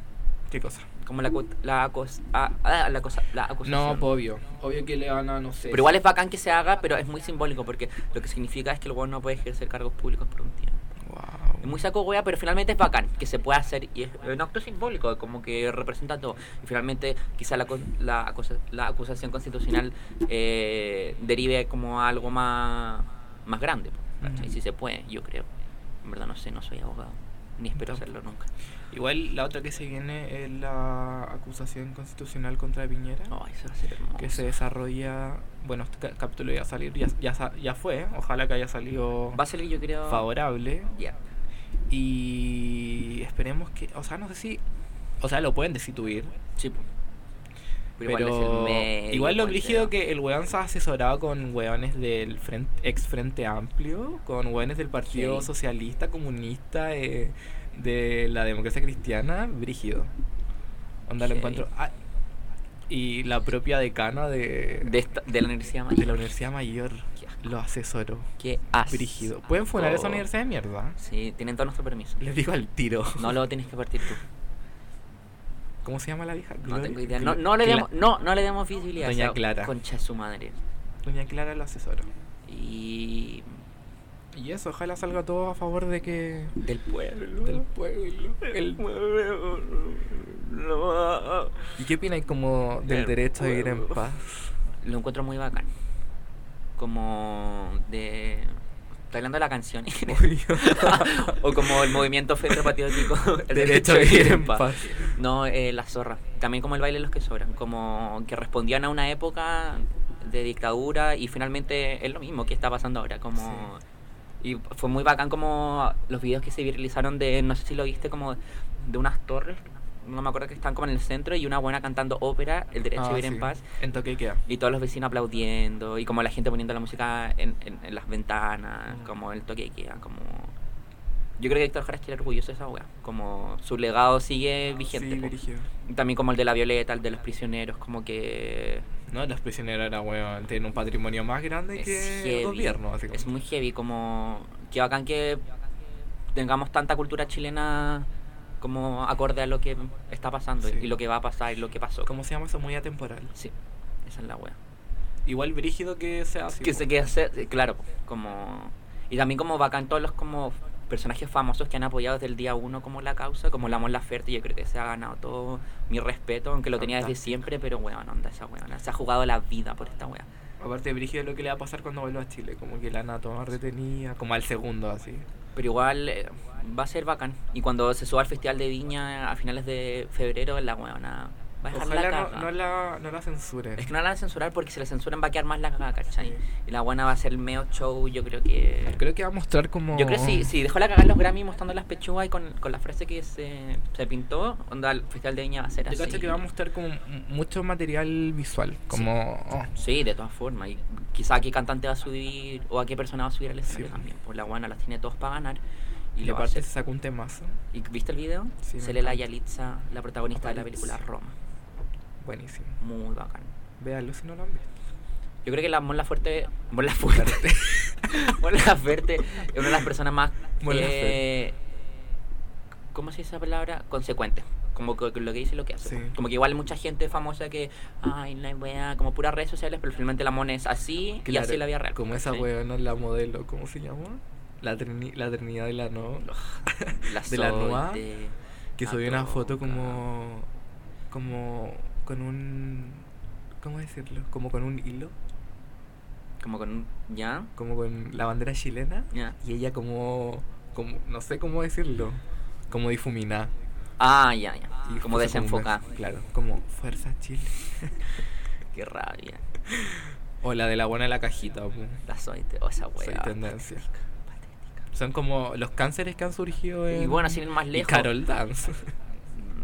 S1: ¿Qué cosa?
S2: Como la, acu- la, acos- ah, ah, la, cosa, la
S1: No,
S2: acusación.
S1: pues, obvio. Obvio que le van a, no sé...
S2: Pero igual es bacán que se haga, pero es muy simbólico porque lo que significa es que el weón no puede ejercer cargos públicos por un tiempo. Es
S1: Wow.
S2: muy saco wea, pero finalmente es bacán que se pueda hacer y es un acto simbólico, como que representa todo. Y finalmente quizá la, cos- la, acusa- la acusación constitucional eh, derive como a algo más, más grande. ¿cachai?
S1: Ujú.
S2: Si se puede, yo creo. En verdad no sé, no soy abogado, ni espero
S1: Tampoco.
S2: serlo nunca.
S1: Igual la otra que se viene es la acusación constitucional contra Piñera.
S2: No, eso va a ser hermoso.
S1: que se desarrolla. Bueno, este ca- capítulo ya salir, ya, ya, sa- ya fue. Ojalá que haya salido
S2: Va a salir, yo creo...
S1: favorable.
S2: Ya.
S1: Y esperemos que. O sea, no sé si. O sea, lo pueden destituir.
S2: Sí, po.
S1: Pero,
S2: es el
S1: igual,
S2: medio,
S1: lo
S2: igual
S1: brígido
S2: te da.
S1: que el weón se ha asesorado con weones del frente, ex Frente Amplio, con weones del Partido
S2: Sí.
S1: Socialista, Comunista, eh, de la Democracia Cristiana, brígido. Onda lo
S2: Sí.
S1: encuentro. ah, y la propia decana de,
S2: De, esta- de la Universidad
S1: de
S2: Mayor.
S1: la Universidad Mayor
S2: Qué asco.
S1: lo asesoró.
S2: Qué asco.
S1: Brígido. ¿Pueden funar esa universidad de mierda?
S2: Sí, tienen todo nuestro permiso.
S1: Les digo al tiro.
S2: No lo tienes que partir tú.
S1: ¿Cómo se llama la vieja?
S2: No
S1: Gloria-
S2: tengo idea. No,
S1: Glo-
S2: no le
S1: Cla-
S2: demos, no, no le demos visibilidad. a
S1: Doña
S2: esa
S1: Clara.
S2: Concha de su madre.
S1: Doña Clara lo asesoró.
S2: Y.
S1: Y eso, ojalá salga todo a favor de que
S2: Del pueblo.
S1: del pueblo. El-
S2: pueblo.
S1: ¿Y qué opináis como del
S2: Del
S1: derecho a vivir en
S2: pueblo.
S1: paz?
S2: Lo encuentro muy bacán. Como de. Estoy hablando de la canción. o como el movimiento patriótico. el
S1: derecho a vivir en paz.
S2: No, eh, la zorra. También como el baile de los que sobran. Como que respondían a una época de dictadura y finalmente es lo mismo que está pasando ahora. Como... Y fue muy bacán como los videos que se viralizaron de, no sé si lo viste, como de unas torres. No me acuerdo que están como en el centro y una buena cantando ópera, El Derecho
S1: Ah,
S2: a Vivir
S1: sí.
S2: en Paz.
S1: En toque queda.
S2: Y todos los vecinos aplaudiendo y como la gente poniendo la música en, en- en las ventanas,
S1: Mm.
S2: como el toque de queda, como... Yo creo que Héctor Jara está orgulloso de esa wea. Como su legado sigue vigente.
S1: Sí,
S2: po.
S1: brígido.
S2: También como el de la Violeta, el de los prisioneros, como que...
S1: No, los prisioneros era weón, tienen un patrimonio más grande que el gobierno, así
S2: es muy heavy, como... Que bacán que tengamos tanta cultura chilena como acorde a lo que está pasando
S1: Sí.
S2: y lo que va a pasar y lo que pasó.
S1: ¿Cómo se llama eso? Muy atemporal.
S2: Sí, esa es la wea.
S1: Igual brígido que sea así.
S2: que
S1: po.
S2: se quede hacer, eh, claro, po, como... Y también como bacán todos los como personajes famosos que han apoyado desde el día uno como la causa, como la Mon Laferte, yo creo que se ha ganado todo mi respeto, aunque lo tenía desde
S1: Fantástico.
S2: siempre, pero weón, onda esa weón, se ha jugado la vida por esta wea.
S1: Aparte, brígido es lo que le va a pasar cuando vuelva a Chile. Como que la van a tomar retenida, como al segundo, así.
S2: Pero igual eh, va a ser bacán. Y cuando se suba al Festival de Viña a finales de febrero, la weona va a dejar la
S1: Ojalá no,
S2: caga.
S1: no la, no la censuren.
S2: Es que no la van a censurar porque si la censuran va a quedar más la cagada, ¿cachai?
S1: Sí.
S2: Y la buena va a ser medio show, yo creo que...
S1: Creo que va a mostrar como.
S2: Yo creo que si, si dejó la cagada en los Grammy mostrando las pechugas y con, con la frase que se, se pintó, onda, el Festival de Viña va a ser
S1: Yo
S2: así.
S1: cacho que va a mostrar como m- mucho material visual. Como. oh,
S2: Sí, de todas formas. Y quizá a qué cantante va a subir o a qué persona va a subir al escenario
S1: Sí.
S2: también. Pues la buena las tiene todos para ganar. Y,
S1: y
S2: lo va a
S1: aparte
S2: hacer.
S1: se sacó un temazo.
S2: ¿Y viste el video?
S1: Sí, me
S2: se le la
S1: encanta.
S2: Yalitza, la protagonista de la película
S1: Aparicio.
S2: Roma.
S1: Buenísimo.
S2: Muy bacán.
S1: Véalo si no lo han visto.
S2: Yo creo que la Mon Laferte... Mon Laferte. Mon Laferte es una de las personas más...
S1: Mon
S2: eh, ¿Cómo se dice esa palabra? Consecuente. Como que, que lo que dice y lo que hace.
S1: Sí.
S2: Como que igual mucha gente famosa que... Ay, la wea... Como puras redes sociales, pero finalmente la Mon es así y
S1: Claro,
S2: así en la vida real.
S1: Como esa
S2: ¿cachai?
S1: weona, la modelo, ¿cómo se llama? La, trini- la Trinidad de la No.
S2: La
S1: de la
S2: soy
S1: Noa,
S2: de-
S1: Que
S2: Ah,
S1: subió una foto
S2: toca.
S1: como. Como. Con un. ¿Cómo decirlo? Como con un hilo.
S2: Como con... un- ¿Ya?
S1: Como con la bandera chilena.
S2: ¿Ya?
S1: Y ella como, como no sé cómo decirlo, como difuminada.
S2: Ah, ya, ya.
S1: Y
S2: como
S1: puse un
S2: desenfocar.
S1: mes, Claro, como Fuerza Chile.
S2: Qué rabia.
S1: O la de la buena de la cajita. po.
S2: La soy, te- o esa wea.
S1: Soy tendencia.
S2: patética.
S1: Son como los cánceres que han surgido en.
S2: Y bueno, sin ir más
S1: y
S2: lejos.
S1: Carol Dance.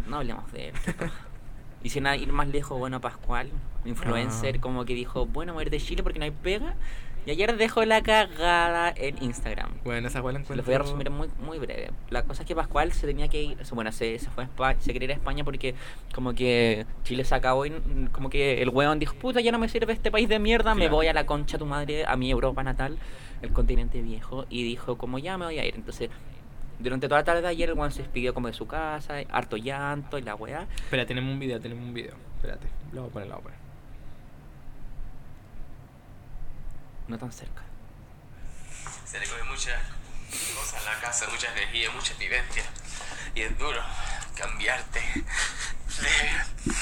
S2: No hablemos de él. qué paja. y sin ir más lejos, bueno, Pascual, influencer,
S1: Ah.
S2: como que dijo, bueno, voy a ir de Chile porque no hay pega. Y ayer dejó la cagada en Instagram.
S1: Bueno, esa buena encuentro.
S2: Los voy a resumir muy, muy breve. La cosa es que Pascual se tenía que ir, bueno, se, se fue a España, se quería ir a España porque como que Chile se acabó y mm, como que el weón dijo, puta, ya no me sirve este país de mierda, me
S1: Claro.
S2: voy a la concha tu madre, a mi Europa natal, el continente viejo, y dijo, como ya me voy a ir. Entonces, durante toda la tarde de ayer el weón se despidió como de su casa, harto llanto y la weá.
S1: Espera, tenemos un video, tenemos un video. Espérate, lo voy a poner, lo voy a poner.
S2: No tan cerca.
S3: se le coge muchas cosas en la casa, mucha energía, mucha vivencia. Y es duro cambiarte. de-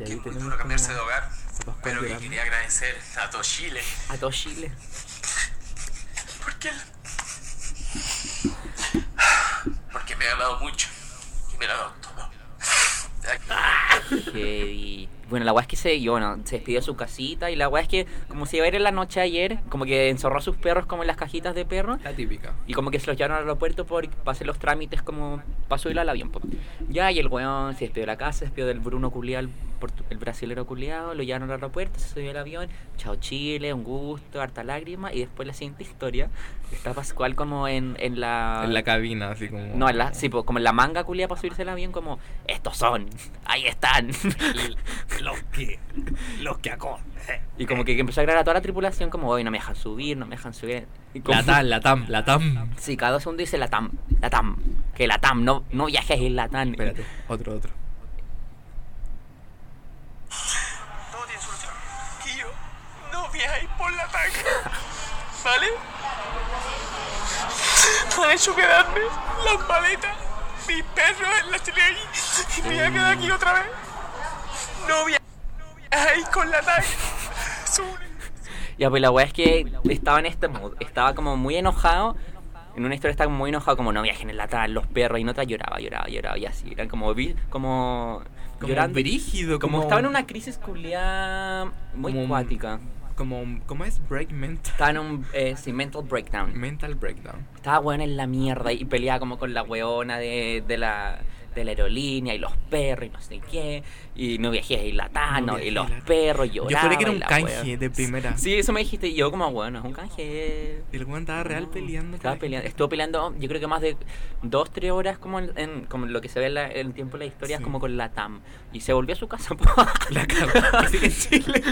S1: Y
S3: que
S1: ahí
S3: es muy
S1: tenemos
S3: duro cambiarse de
S1: como-
S3: hogar.
S1: Pascual
S3: Pero que
S1: llorando.
S3: quería agradecer a todo Chile.
S2: A todo Chile.
S3: Porque, porque me ha dado mucho. Y me lo ha dado todo.
S2: Heavy. Bueno, la weá es que se, yo, bueno, se despidió de su casita y la weá es que como se iba a ir en la noche ayer, como que encerró a sus perros como en las cajitas de perros
S1: La típica.
S2: y como que se los llevaron al aeropuerto por, para hacer los trámites como para subirlo al avión. po. Ya, y el weón se despidió de la casa, se despidió del Bruno Culeado, el, portu- el brasilero culiado, lo llevaron al aeropuerto, se subió al avión, chao Chile, un gusto, harta lágrima y después la siguiente historia está Pascual como en, en la...
S1: En la cabina, así como.
S2: Ah. no, en la, sí, po, como en la manga culiada para subirse al avión, como, estos son, ahí están.
S1: Los que. Los que acon.
S2: Y como que empezó a grabar a toda la tripulación como, hoy no me dejan subir, no me dejan subir. Y como-
S1: La TAM, la TAM, la TAM.
S2: Sí, cada dos segundos dice la TAM, la TAM, que la TAM, no, no viajes en la TAM.
S1: Espérate, otro, otro.
S3: Todo tiene solución. Y yo no viajé por la tanga. ¿Vale? Han hecho quedarme las maletas, mis perros en la chile y me voy a quedar aquí otra vez. No viajé ahí con la tanga.
S2: Ya, pues la weá es que estaba en este mood, estaba como muy enojado. En una historia estaba muy enojado, como no viajen en la TAM, los perros, y en otra lloraba, lloraba, lloraba, y así. Eran como, vi- como,
S1: Como
S2: llorando.
S1: brígido,
S2: Como,
S1: como.
S2: estaba en una crisis culiada muy
S1: como un-
S2: cuática.
S1: Como. ¿Cómo es? Break mental.
S2: Estaba en un eh, sí, mental breakdown.
S1: Mental breakdown.
S2: Estaba weón en la mierda y peleaba como con la weona de, de la, de la aerolínea y los perros y no sé qué. Y no viajé a Islatano
S1: No viajé
S2: y
S1: a
S2: los
S1: Isla-
S2: perros
S1: Yo
S2: lloraban.
S1: juré que era un canje de primera.
S2: Sí, eso me dijiste. Y yo como, bueno, es un canje.
S1: El weón estaba real
S2: No,
S1: peleando.
S2: Estaba
S1: con-
S2: peleando. Estuvo peleando, yo creo que más de dos, tres horas como en, en- como lo que se ve en, la- en el tiempo de la historia,
S1: Sí.
S2: como con la TAM. Y se volvió a su casa. po.
S1: La cagó. Así que en Chile.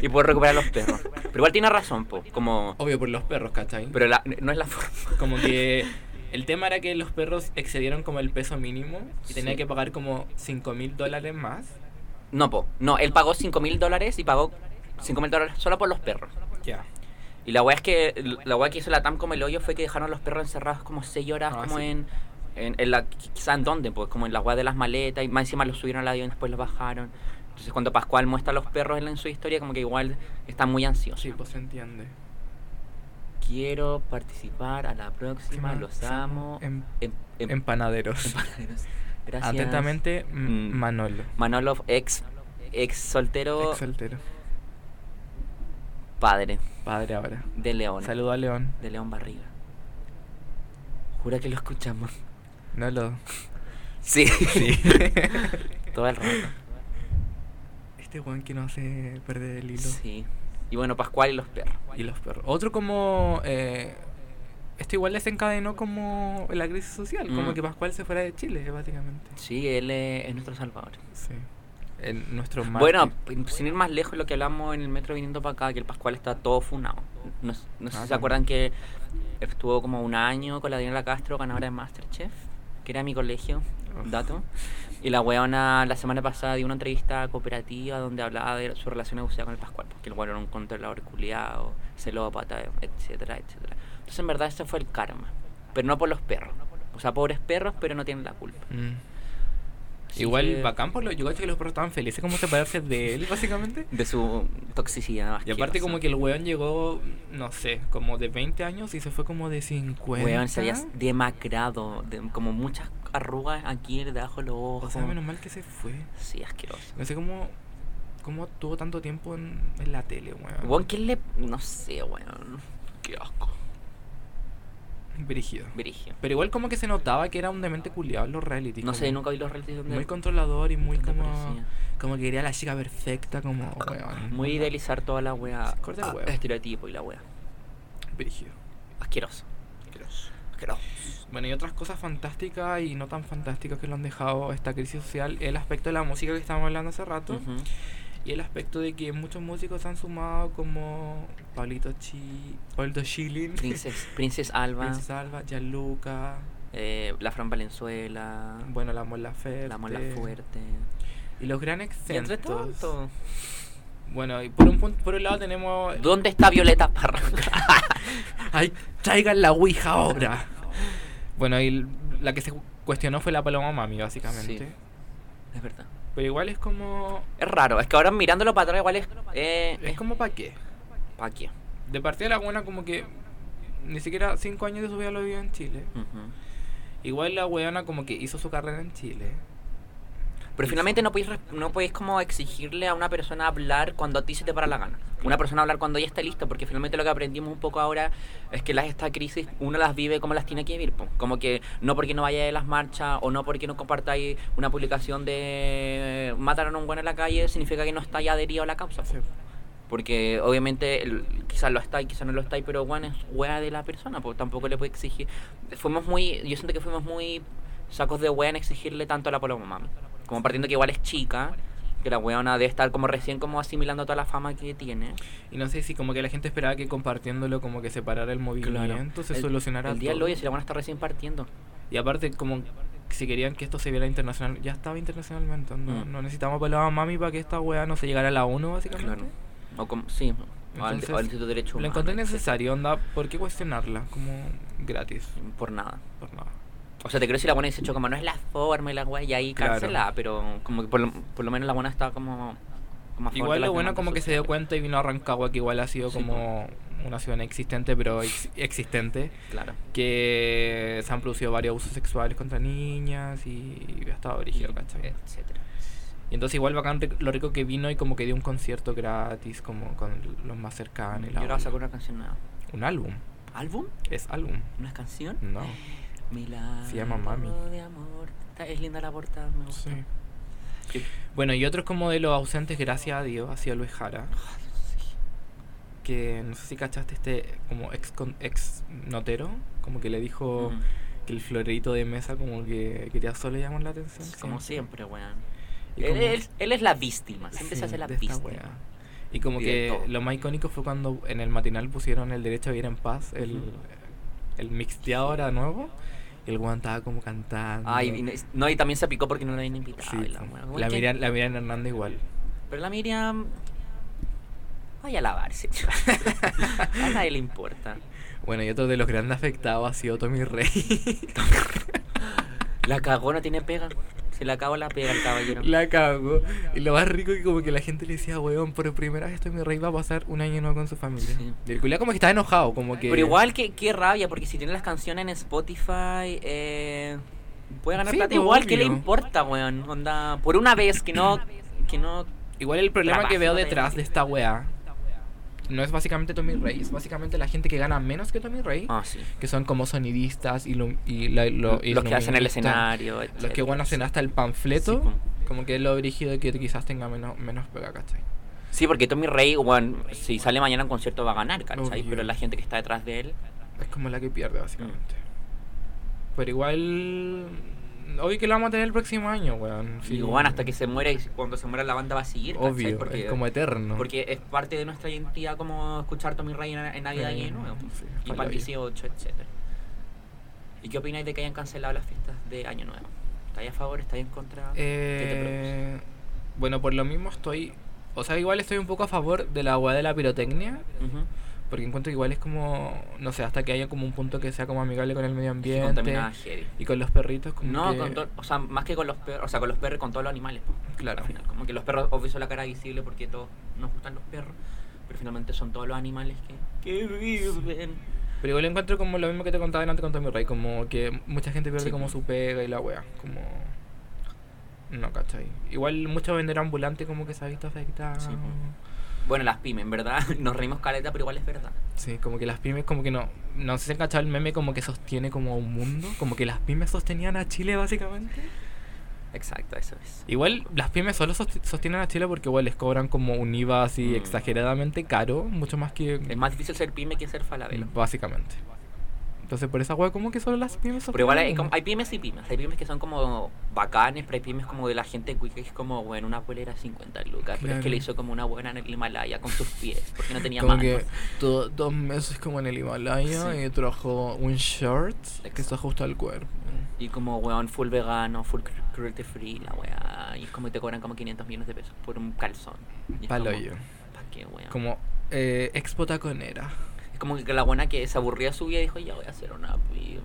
S2: y pudo recuperar a los perros. Pero igual tiene razón, po. Como...
S1: Obvio por los perros, ¿cachai?
S2: Pero la- no es la forma.
S1: Como que el tema era que los perros excedieron como el peso mínimo y tenía
S2: Sí.
S1: que pagar como 5 mil dólares más.
S2: No, po. No, él pagó 5 mil dólares y pagó 5 mil dólares solo por los perros.
S1: Ya.
S2: Y la weá es que la weá que hizo la TAM como el hoyo fue que dejaron a los perros encerrados como 6 horas,
S1: Ah,
S2: como
S1: sí.
S2: en, en, en la. Quizá en dónde, pues, como en la weá de las maletas. Y más encima los subieron al avión, después los bajaron. Entonces, cuando Pascual muestra a los perros en, la- en su historia, como que igual está muy ansioso.
S1: Sí, pues se entiende.
S2: Quiero participar a la próxima, los amo.
S1: Em-
S2: Em- em-
S1: empanaderos.
S2: empanaderos. Gracias.
S1: Atentamente, M-
S2: Mm.
S1: Manolo.
S2: Manolo, ex, ex soltero,
S1: Ex soltero.
S2: padre
S1: Padre ahora.
S2: de León.
S1: Saludo a León.
S2: de León Barriga. Jura que lo escuchamos.
S1: No lo.
S2: Sí.
S1: Sí.
S2: Todo el rato.
S1: este weón que no hace perder el hilo.
S2: Sí. Y bueno, Pascual y los perros.
S1: Y los perros. Otro como... Eh, esto igual desencadenó como la crisis social, como
S2: Mm.
S1: que Pascual se fuera de Chile, básicamente.
S2: Sí, él eh, es nuestro salvador.
S1: Sí. En nuestro
S2: Bueno,
S1: mártir.
S2: p- sin ir más lejos, lo que hablamos en el metro viniendo para acá, que el Pascual está todo funado. No, s- no sé
S1: Ah,
S2: si se
S1: también.
S2: acuerdan que estuvo como un año con la Daniela Castro, ganadora de Masterchef, que era mi colegio,
S1: Uf.
S2: dato. Y la weona la semana pasada dio una entrevista cooperativa donde hablaba de su relación abusada con el Pascual, porque el weón era un controlador culiado, celópata, etcétera, etcétera. Entonces, en verdad, ese fue el karma, pero no por los perros. O sea, pobres perros, pero no tienen la culpa.
S1: Mm.
S2: Así
S1: Igual
S2: que-
S1: bacán por los, yo cacho que los perros estaban felices como separarse de él, básicamente.
S2: De su toxicidad.
S1: Y aparte como que
S2: asquerosa.
S1: el weón llegó, no sé, como de 20 años y se fue como de 50.
S2: Weón, se había demacrado. de- como muchas arrugas aquí debajo de los ojos.
S1: O sea, menos mal que se fue.
S2: Sí, asqueroso.
S1: No sé cómo, cómo tuvo tanto tiempo en, en la tele, weón.
S2: Weón, ¿quién le.? No sé, weón. Qué asco.
S1: Brígido.
S2: Virigio.
S1: Pero igual como que se notaba que era un demente culiado en los reality.
S2: No
S1: como
S2: sé, nunca vi los realities donde.
S1: Muy controlador y muy
S2: donde
S1: como...
S2: aparecía.
S1: Como que quería la chica perfecta, como, weón.
S2: Muy idealizar toda la wea.
S1: Sí, corta el
S2: ah,
S1: huevo.
S2: Estereotipo y la wea.
S1: Brígido.
S2: Asqueroso. Asqueroso.
S1: Bueno, y otras cosas fantásticas y no tan fantásticas que lo han dejado esta crisis social, el aspecto de la música que estábamos hablando hace rato,
S2: Ujú.
S1: y el aspecto de que muchos músicos se han sumado como Pablito Chi, Pablito Schilling,
S2: Princess, Princess Alba.
S1: Princess Alba, Gianluca,
S2: eh, la Fran Valenzuela.
S1: bueno, la Mola Ferte,
S2: la Mola Fuerte.
S1: y los gran
S2: Y entre
S1: exentos.
S2: tanto.
S1: Bueno, y por un, pun- por un lado tenemos...
S2: ¿Dónde está Violeta Parra?
S1: Ay, traigan la Ouija ahora. Bueno, y l- la que se cuestionó fue la Paloma Mami, básicamente.
S2: Sí. es verdad.
S1: Pero igual es como...
S2: Es raro, es que ahora mirándolo para atrás igual es. Eh,
S1: Es como para qué.
S2: ¿Para qué?
S1: De partida la buena como que ni siquiera cinco años de su vida lo vivió en Chile.
S2: Ujú.
S1: Igual la weona como que hizo su carrera en Chile.
S2: Pero finalmente no podéis, res- no podéis como exigirle a una persona hablar cuando a ti se te para la gana. Una persona hablar cuando ya está lista, porque finalmente lo que aprendimos un poco ahora es que las, esta crisis uno las vive como las tiene que vivir. po. Como que no porque no vaya a las marchas o no porque no compartáis una publicación de mataron a un bueno en la calle significa que no estáis adherido a la causa. po. Porque obviamente el- quizás lo estáis, quizás no lo estáis, pero bueno, es hueá de la persona, pues tampoco le puede exigir. Fuimos muy, yo siento que fuimos muy sacos de hueá en exigirle tanto a la Paloma Mami. Como partiendo que igual es chica, que la hueona debe estar como recién como asimilando toda la fama que tiene.
S1: Y no sé si como que la gente esperaba que compartiéndolo como que separara el movimiento, se
S2: El-
S1: solucionara
S2: El día de
S1: todo.
S2: hoy, si la buena está recién partiendo.
S1: Y aparte como si querían que esto se viera internacional, ya estaba internacionalmente. No,
S2: Mm.
S1: no necesitamos palabra mami para que esta weá no se llegara a la ONU básicamente.
S2: Claro. O como, sí, o al,
S1: Entonces,
S2: o al Instituto de Derecho
S1: Lo encontré
S2: Humano, etcétera.
S1: necesario, onda, ¿por qué cuestionarla? Como gratis,
S2: Por nada.
S1: por nada.
S2: O sea, te creo si la buena dice como no es la forma y la weá, y ahí
S1: Claro.
S2: cancela, pero como que por lo, por lo menos la buena está como. como a favor de
S1: Igual
S2: las
S1: lo bueno
S2: demandas
S1: como que se dio
S2: sociales.
S1: cuenta y vino a Rancagua, que igual ha sido
S2: Sí,
S1: como una ciudad inexistente, pero ex- existente,
S2: Claro.
S1: que se han producido varios abusos sexuales contra niñas y ha estado brígido, ¿cachai?
S2: Etcétera.
S1: Y entonces igual bacán ric- lo rico que vino y como que dio un concierto gratis, como con los más cercanos. y
S2: Y
S1: Ah, la
S2: ahora
S1: onda.
S2: sacó una canción nueva.
S1: Un álbum,
S2: ¿Álbum?
S1: es álbum,
S2: ¿Una canción?
S1: no.
S2: Milagro
S1: Mm. Se llama Mami.
S2: de amor. Está- es linda la portada, me gusta.
S1: Sí.
S2: Yo-
S1: Bueno, y otros como de los ausentes, gracias a Dios, ha sido Luis Jara. Que no sé si cachaste este como ex, con- ex notero, como que le dijo
S2: Ujú.
S1: que el florerito de mesa como que quería solo llamar la atención.
S2: Como siempre, weón.
S1: Y
S2: Él,
S1: como-
S2: él- él es la víctima, siempre se
S1: Sí,
S2: hace la
S1: de esta
S2: víctima.
S1: wea. Y como
S2: Y de
S1: que
S2: todo.
S1: lo más icónico fue cuando en el matinal pusieron el derecho a vivir en paz, el,
S2: Ujú.
S1: el mixteado ahora nuevo, y el weón estaba como cantando.
S2: Ay, y no, no, y también se picó porque no la habían invitado.
S1: Sí,
S2: y la,
S1: sí.
S2: wea. Como
S1: la,
S2: que-
S1: Miriam, la Miriam Hernández igual.
S2: Pero la Miriam. Vaya a lavarse. a nadie le importa.
S1: Bueno, y otro de los grandes afectados ha sido Tommy Rey.
S2: La cagó, no tiene pega. Se la cagó la pega al caballero.
S1: la cagó. Y lo más rico que como que la gente le decía, weón, por primera vez Tommy Rey va a pasar un año nuevo con su familia.
S2: Sí.
S1: Y el culiao como que estaba enojado, como que...
S2: Pero igual, que qué rabia, porque si tiene las canciones en Spotify, eh, puede ganar
S1: Sí,
S2: plata.
S1: pues,
S2: Igual, ¿qué le
S1: obvio.
S2: importa, weón? Onda, por una vez que no. Que no
S1: Igual el problema que
S2: Trabajo
S1: veo
S2: de-
S1: detrás de esta weá no es básicamente Tommy Rey, es básicamente la gente que gana menos que Tommy Rey,
S2: ah, sí.
S1: que son como sonidistas ilu- y la- lo- y
S2: los que hacen el
S1: iluministas,
S2: escenario.
S1: Los que
S2: etcétera.
S1: bueno hacen hasta el panfleto,
S2: Sí,
S1: como que es lo dirigido que quizás tenga menos, menos pega, ¿cachai?
S2: Sí, porque Tommy Rey, weón, si sale mañana a un concierto va a ganar, ¿cachai?
S1: Obvio.
S2: Pero la gente que está detrás de él.
S1: Es como la que pierde, básicamente.
S2: Mm.
S1: Pero igual. Obvio que lo vamos a tener el próximo año, weón. sí.
S2: Y weón, hasta que se muera y cuando se muera la banda va a seguir, ¿cachai?
S1: Obvio,
S2: Porque,
S1: es como eterno.
S2: porque es parte de nuestra identidad como escuchar Tommy Rey en, en Navidad y
S1: Eh,
S2: en Nuevo.
S1: sí,
S2: y
S1: ojalá
S2: para el
S1: bien.
S2: 18, etc. ¿Y qué opináis de que hayan cancelado las fiestas de Año Nuevo? ¿Estáis a favor? ¿Estáis en contra? ¿Qué te produce?
S1: Eh, bueno, por lo mismo estoy. O sea, igual estoy un poco a favor de la weá de la pirotecnia.
S2: Ujú.
S1: Porque encuentro que igual es como, no sé, hasta que haya como un punto que sea como amigable con el medio
S2: Sí,
S1: ambiente
S2: contaminada heavy.
S1: y con los perritos. Como
S2: No,
S1: que-
S2: con to- o sea, más que con los perros, o sea, con los perros, con todos los animales. po,
S1: Claro.
S2: Al final, como que los perros, obvio, son la cara visible porque todos nos gustan los perros, pero finalmente son todos los animales que, que viven.
S1: Pero igual encuentro como lo mismo que te contaba antes con Tommy Rey, como que mucha gente pierde
S2: Sí.
S1: como su pega y la wea, como... No, ¿cachai? Igual mucho vender ambulante como que se ha visto afectado.
S2: Sí, Bueno, las pymes, en verdad, nos reímos caleta, pero igual es verdad.
S1: Sí, como que las pymes, como que no. No sé si han cachado el meme, como que sostiene como a un mundo. Como que las pymes sostenían a Chile, básicamente.
S2: Exacto, eso es.
S1: Igual las pymes solo sost- sostienen a Chile porque igual les cobran como un IVA así
S2: Mm.
S1: exageradamente caro, mucho más que.
S2: Es más difícil ser pyme que ser falabelo.
S1: Básicamente. Entonces, por esa hueá, como que solo las pymes sostienen.
S2: Pero igual
S1: al
S2: hay,
S1: mundo.
S2: como- hay pymes y pymes. Hay pymes que son como bacanes, pero hay pymes como de la gente cuica que es como, bueno, una polera 50 lucas. Pero es
S1: Claro.
S2: que le hizo como una buena en el Himalaya con sus pies, porque no tenía
S1: Como
S2: manos.
S1: que do- dos meses como en el Himalaya
S2: Sí.
S1: y trajo un shirt que se ajusta al cuerpo.
S2: Y como, weón, full vegano, full cru- cruelty free, la weá. Y es como te cobran como 500 millones de pesos por un calzón. Y es como,
S1: Paloyo.
S2: ¿pa' qué, weón?
S1: Como eh, expo taconera.
S2: Es como que la buena que se aburría de su vida dijo, ya voy a hacer una pyme.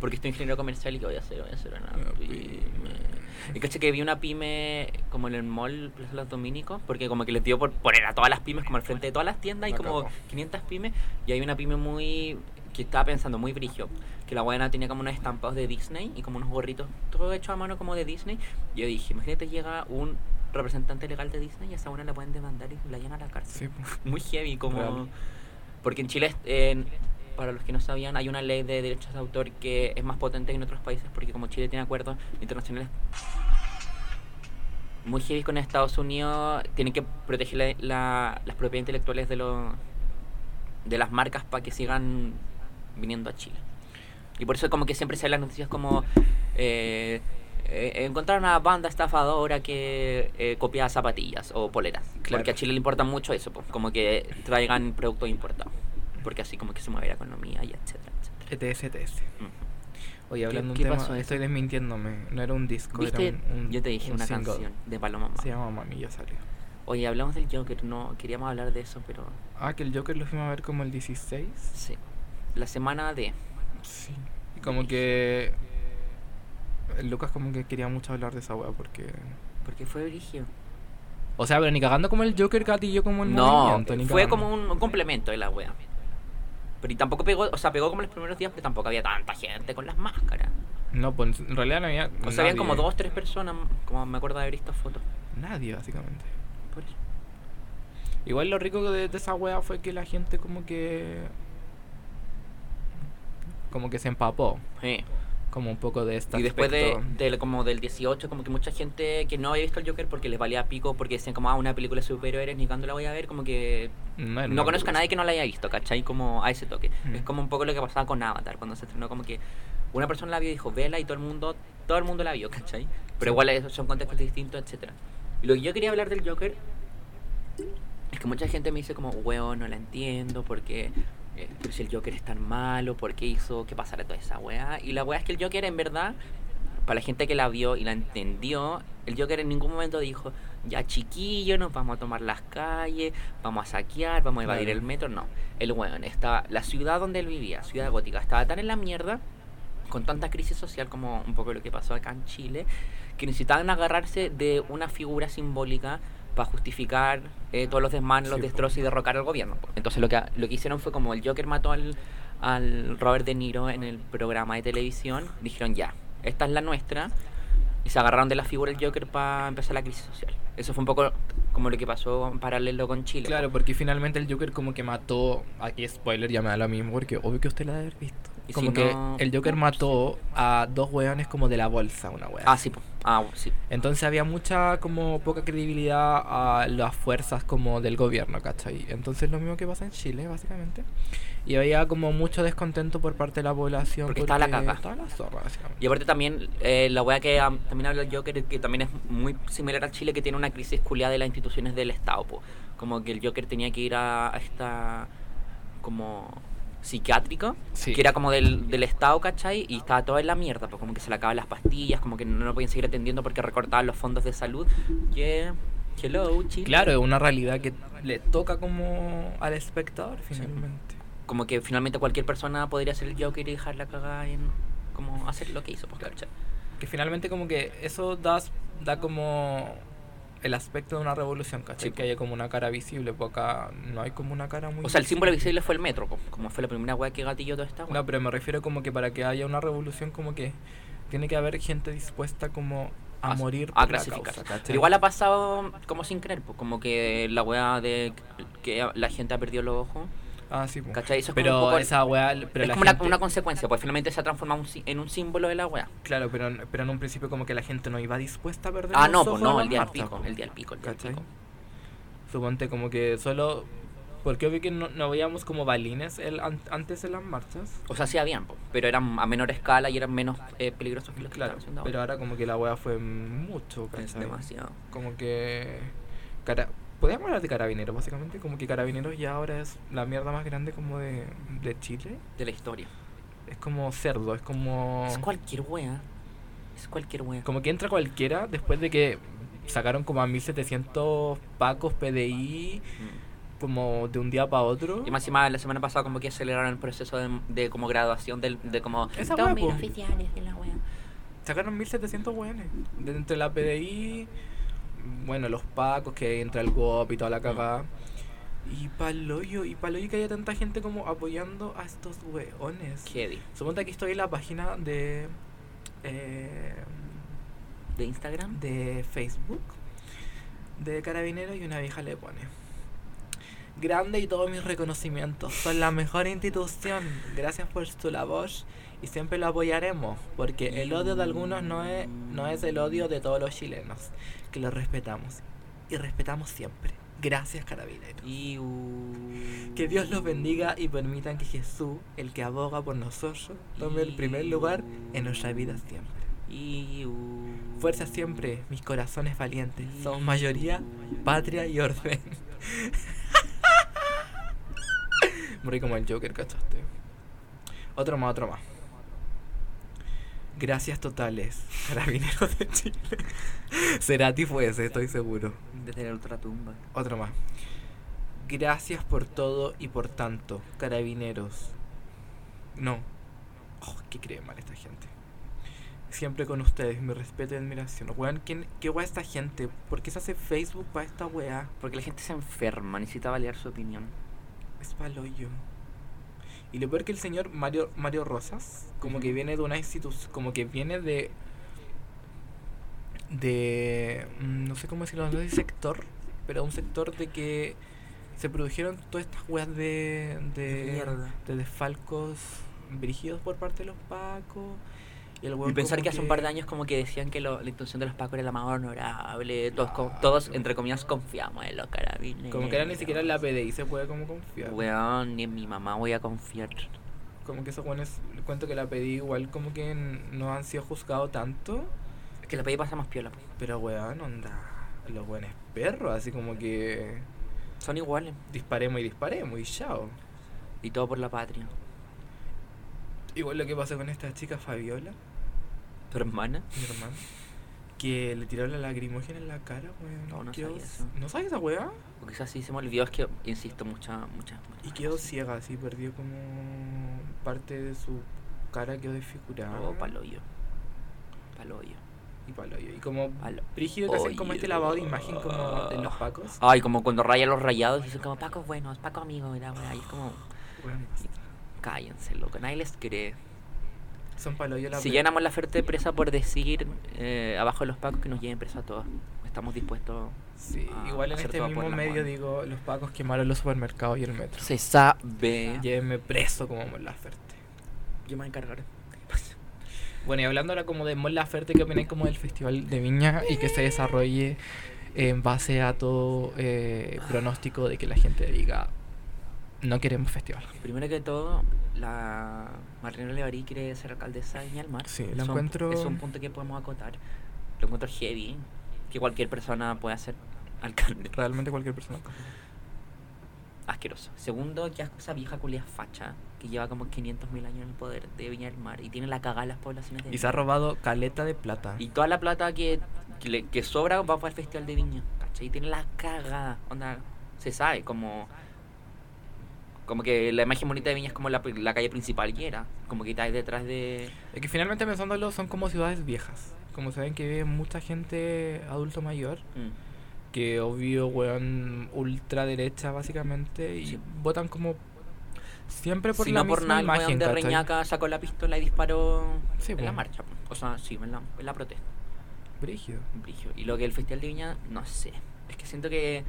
S2: Porque estoy ingeniero comercial y que voy a hacer, voy a hacer una
S1: Una
S2: pyme.
S1: pyme.
S2: Y caché que vi una pyme como en el mall Plaza Los Dominicos, porque como que les dio por poner a todas las pymes como al frente de todas las tiendas y
S1: La
S2: como
S1: cagó.
S2: 500 pymes. Y hay una pyme muy que estaba pensando, muy brigio, que la buena tenía como unos estampados de Disney y como unos gorritos, todo hecho a mano como de Disney. Y yo dije, imagínate llega un representante legal de Disney y a esa buena la pueden demandar y la llevan a la cárcel
S1: Sí, pues. po.
S2: muy heavy como
S1: Real.
S2: porque en Chile eh, para los que no sabían hay una ley de derechos de autor que es más potente que en otros países porque como Chile tiene acuerdos internacionales muy heavy con Estados Unidos tienen que proteger la- la- las propiedades intelectuales de los de las marcas para que sigan viniendo a Chile y por eso como que siempre se ven las noticias como eh, eh, encontrar una banda estafadora que eh, copia zapatillas o poleras.
S1: Claro.
S2: Porque a Chile le importa mucho eso, po, como que traigan productos importados. Porque así como que se mueve la economía y etcétera, etcétera.
S1: ETS, ETS.
S2: Ujú.
S1: Oye, hablando de
S2: qué
S1: un tema,
S2: pasó eso?
S1: estoy desmintiéndome. No era un disco,
S2: ¿Viste?
S1: era un, un-
S2: Yo te dije
S1: un
S2: una
S1: single.
S2: canción de Paloma Mami.
S1: Se llama Mami, ya salió.
S2: Oye, hablamos del Joker, no queríamos hablar de eso, pero
S1: Ah, que el Joker lo fuimos a ver como el 16.
S2: sí. La semana de...
S1: Sí. Y como que. el Lucas, como que quería mucho hablar de esa wea porque.
S2: Porque fue Brigio.
S1: O sea, pero ni cagando como el Joker gatilló como el
S2: No,
S1: movimiento, ni
S2: fue
S1: cagando.
S2: como un, un complemento de la wea. Pero y tampoco pegó, o sea, pegó como los primeros días, pero tampoco había tanta gente con las máscaras.
S1: No, pues en realidad no había.
S2: O sea, habían como
S1: nadie.
S2: dos, tres personas, como me acuerdo de haber visto fotos.
S1: Nadie, básicamente.
S2: Por eso.
S1: Igual lo rico de, de esa wea fue que la gente, como que. Como que se empapó.
S2: Sí.
S1: Como un poco de este esta.
S2: Y después de, del- como del 18, como que mucha gente que no había visto el Joker porque les valía pico, porque decían como, ah, una película de superhéroes, ni cuándo la voy a ver, como que
S1: No,
S2: no conozco a nadie que no la haya visto, ¿cachai? Como a ese toque.
S1: Mm.
S2: Es como un poco lo que pasaba con Avatar, cuando se estrenó, como que una persona la vio y dijo, vela, y todo el mundo, todo el mundo la vio, ¿cachai? Pero
S1: Sí.
S2: igual es- son contextos distintos, etcétera Y lo que yo quería hablar del Joker es que mucha gente me dice como, weón, no la entiendo, porque eh, si el Joker es tan malo, ¿por qué hizo que pasara toda esa weá? Y la weá es que el Joker en verdad para la gente que la vio y la entendió, el Joker en ningún momento dijo, ya chiquillo, nos vamos a tomar las calles, vamos a saquear, vamos a evadir
S1: Claro.
S2: el metro. No, el weón estaba, la ciudad donde él vivía, Ciudad Gótica, estaba tan en la mierda, con tanta crisis social como un poco lo que pasó acá en Chile, que necesitaban agarrarse de una figura simbólica para justificar eh, todos los desmanes, los
S1: Sí, po.
S2: destrozos y derrocar al gobierno. po. Entonces lo que, lo que hicieron fue como el Joker mató al, al Robert De Niro en el programa de televisión, dijeron ya, esta es la nuestra, y se agarraron de la figura del Joker para empezar la crisis social. Eso fue un poco como lo que pasó en paralelo con Chile. po.
S1: Claro, porque finalmente el Joker como que mató. Aquí spoiler, ya me da lo mismo, porque obvio que usted la debe haber visto.
S2: Y
S1: Como
S2: si
S1: que
S2: no-
S1: el Joker mató a dos weones como de la bolsa, una wea.
S2: Ah, sí, po. ah, sí.
S1: Entonces había mucha, como poca credibilidad a las fuerzas como del gobierno, ¿cachai? Entonces lo mismo que pasa en Chile, básicamente. Y había como mucho descontento por parte de la población.
S2: Porque estaba la caca.
S1: Estaba la zorra, básicamente.
S2: Y aparte también, eh, la wea que am, también habla el Joker, que también es muy similar a Chile, que tiene una crisis culiada de las instituciones del Estado, po. Como que el Joker tenía que ir a, a esta, como, psiquiátrica,
S1: Sí.
S2: que era como del, del Estado, ¿cachai? Y estaba toda en la mierda, pues como que se le acababan las pastillas, como que no lo podían seguir atendiendo porque recortaban los fondos de salud, que Hello, Chile.
S1: Claro, es una realidad que le toca como al espectador finalmente.
S2: Como que finalmente cualquier persona podría ser el Joker y dejar la cagada en. Como hacer lo que hizo, pues, ¿cachai?
S1: Que finalmente como que eso da, da como el aspecto de una revolución, ¿cachai?
S2: Sí.
S1: Que haya como una cara visible, pues acá no hay como una cara muy...
S2: O sea, el símbolo
S1: visible.
S2: visible fue el metro, po, como fue la primera weá que gatillo toda esta weá.
S1: No, pero me refiero como que para que haya una revolución como que tiene que haber gente dispuesta como a,
S2: A-
S1: morir
S2: a
S1: por la
S2: clasificar.
S1: causa, ¿cachai?
S2: Pero igual ha pasado como sin creer, pues, como que la weá de que la gente ha perdido los ojos.
S1: Ah, sí, po.
S2: ¿Cachai? Eso es como
S1: pero
S2: un poco-
S1: esa weá... Pero
S2: es
S1: la
S2: como una-
S1: gente-
S2: una consecuencia, pues finalmente se ha transformado un sí- en un símbolo de la weá.
S1: Claro, pero, pero en un principio como que la gente no iba dispuesta a perder
S2: Ah,
S1: los
S2: no, pues
S1: ojos
S2: no,
S1: a
S2: el día
S1: las
S2: del
S1: marchas,
S2: pico,
S1: po.
S2: el día del pico, el día del
S1: ¿Cachai?
S2: pico.
S1: Suponte como que solo... Porque obvio que no, no veíamos como balines el, an- antes de las marchas.
S2: O sea, sí habían, po, pero eran a menor escala y eran menos eh, peligrosos que los que
S1: Claro,
S2: están haciendo
S1: pero
S2: ahora.
S1: ahora como que la wea fue mucho,
S2: es
S1: ¿cachai?
S2: demasiado.
S1: Como que... Cara... Podríamos hablar de Carabineros, básicamente. Como que Carabineros ya ahora es la mierda más grande como de, de Chile.
S2: De la historia.
S1: Es como cerdo, es como...
S2: Es cualquier wea. Es cualquier wea.
S1: Como que entra cualquiera después de que sacaron como a 1700 pacos PDI
S2: Mm.
S1: como de un día para otro.
S2: Y más y más, la semana pasada como que aceleraron el proceso de, de como graduación del, de como...
S1: Esa
S2: Tomen
S1: wea, po.
S2: oficiales de la wea.
S1: Sacaron 1700 hueones. De entre la PDI, bueno, los pacos que entra el GOP y toda la cagada. Y paloyo, y paloyo que haya tanta gente como apoyando a estos hueones.
S2: Heavy.
S1: Suponte que estoy en la página de. eh,
S2: ¿De Instagram?
S1: de Facebook de Carabineros y una vieja le pone. Grande y todos mis reconocimientos. Son la mejor institución. Gracias por su labor y siempre lo apoyaremos. Porque el odio de algunos no es, no es el odio de todos los chilenos. Que lo respetamos. Y respetamos siempre. Gracias, Carabineros.
S2: Y... uh,
S1: Que Dios los bendiga y permitan que Jesús, el que aboga por nosotros, tome el primer lugar en nuestra vida siempre.
S2: Y... uh,
S1: Fuerza siempre, mis corazones valientes. Somos mayoría, patria y orden. Morí como el Joker, ¿cachaste? Otro más, otro más. Gracias totales, carabineros de Chile. Cerati fue ese, estoy seguro.
S2: Desde la ultratumba.
S1: Otro más. Gracias por todo y por tanto, carabineros. No. Oh, qué cree mal esta gente. Siempre con ustedes, mi respeto y admiración. Weón, ¿quién, ¿qué weá esta gente? ¿Por qué se hace Facebook para esta weá?
S2: Porque la gente se enferma, necesita validar su opinión.
S1: Es paloyo. Pues Y lo peor que el señor Mario, Mario Rosas, como que
S2: Ujú.
S1: viene de una institución, como que viene de. de. mm, no sé cómo decirlo, no sé si sector, pero un sector de que se produjeron todas estas weas de.
S2: De
S1: de,
S2: mierda.
S1: de desfalcos dirigidos por parte de los pacos. Y, el
S2: Y
S1: weón
S2: pensar
S1: como
S2: que hace un par de años como que decían que lo- la intención de los Pacos era la más honorable, todos, co- todos entre comillas confiamos en los carabineros.
S1: Ah, Como que era ni siquiera la PDI se puede como confiar.
S2: Weón, ni en mi mamá voy a confiar.
S1: Como que esos weones, el cuento que la PDI igual como que n- no han sido juzgados tanto.
S2: Que la pedí pasa más piola. pues. po.
S1: Pero weón, onda. Los buenos perros, así como que
S2: Son iguales.
S1: disparemos y disparemos y chao.
S2: Y todo por la patria.
S1: Igual lo que pasó con esta chica Fabiola,
S2: ¿Tu hermana?
S1: mi hermana, que le tiró la lagrimógena en la cara, weón.
S2: No, no
S1: quedó
S2: sabía
S1: c-
S2: eso.
S1: ¿No sabía esa weá?
S2: O quizás sí se me olvidó, es que, insisto, mucha, mucha.
S1: Y quedó ciega, así, perdió como parte de su cara, quedó desfigurada.
S2: Oh, paloyo. Paloyo.
S1: Y paloyo. Y como
S2: Palo.
S1: brígido que hacen
S2: Oye.
S1: como este lavado de imagen como de los pacos.
S2: Ay, como cuando rayan los rayados y dicen como Pacos buenos, Paco amigos, y la weá. Y es como,
S1: Weón, basta.
S2: cállense, loco, nadie les cree.
S1: Son paloyo la
S2: Si
S1: pe-
S2: llenamos la oferta de presa por decir eh, abajo de los pacos que nos lleven presa a todos, estamos dispuestos.
S1: Sí,
S2: a
S1: igual en
S2: hacer
S1: este
S2: Ah, todo
S1: mismo
S2: por la
S1: medio
S2: mano.
S1: digo, los pacos quemaron los supermercados y el metro.
S2: Se sabe.
S1: Llévenme preso como Mon Laferte.
S2: Yo me encargaré.
S1: Bueno, y hablando ahora como de Mon Laferte, ¿qué opináis como del Festival de Viña y que se desarrolle en base a todo eh, pronóstico de que la gente diga no queremos festival?
S2: Primero que todo, la Marlene Levarí quiere ser alcaldesa de Viña del Mar.
S1: Sí, lo
S2: Es un-
S1: encuentro-
S2: Es un punto que podemos acotar. Lo encuentro heavy, que cualquier persona pueda ser alcalde.
S1: Realmente cualquier persona.
S2: Asqueroso. Segundo, que asco esa vieja culia facha que lleva como 500.000 años en el poder de Viña del Mar y tiene la cagada en las poblaciones de
S1: Y se ha robado caleta de plata.
S2: Y toda la plata que, que, le- que sobra va para el Festival de Viña. ¿cachai? ¿cachai? Tiene la caga, onda, se sabe, como... Como que la imagen bonita de Viña es como la, la calle principal y era, como que está detrás de...
S1: Es que finalmente pensándolo son como ciudades viejas. Como saben que vive mucha gente adulto mayor,
S2: Mm.
S1: que obvio, weón, ultraderecha básicamente, y
S2: Sí.
S1: votan como siempre por
S2: si
S1: la
S2: no por
S1: misma
S2: nada, el weón
S1: imagen,
S2: de
S1: ¿cachai?
S2: Reñaca sacó la pistola y disparó
S1: Sí,
S2: en
S1: po.
S2: la marcha. po. O sea, sí, en la, en la protesta.
S1: Brígido.
S2: brillo. Y lo que el Festival de Viña, no sé. Es que siento que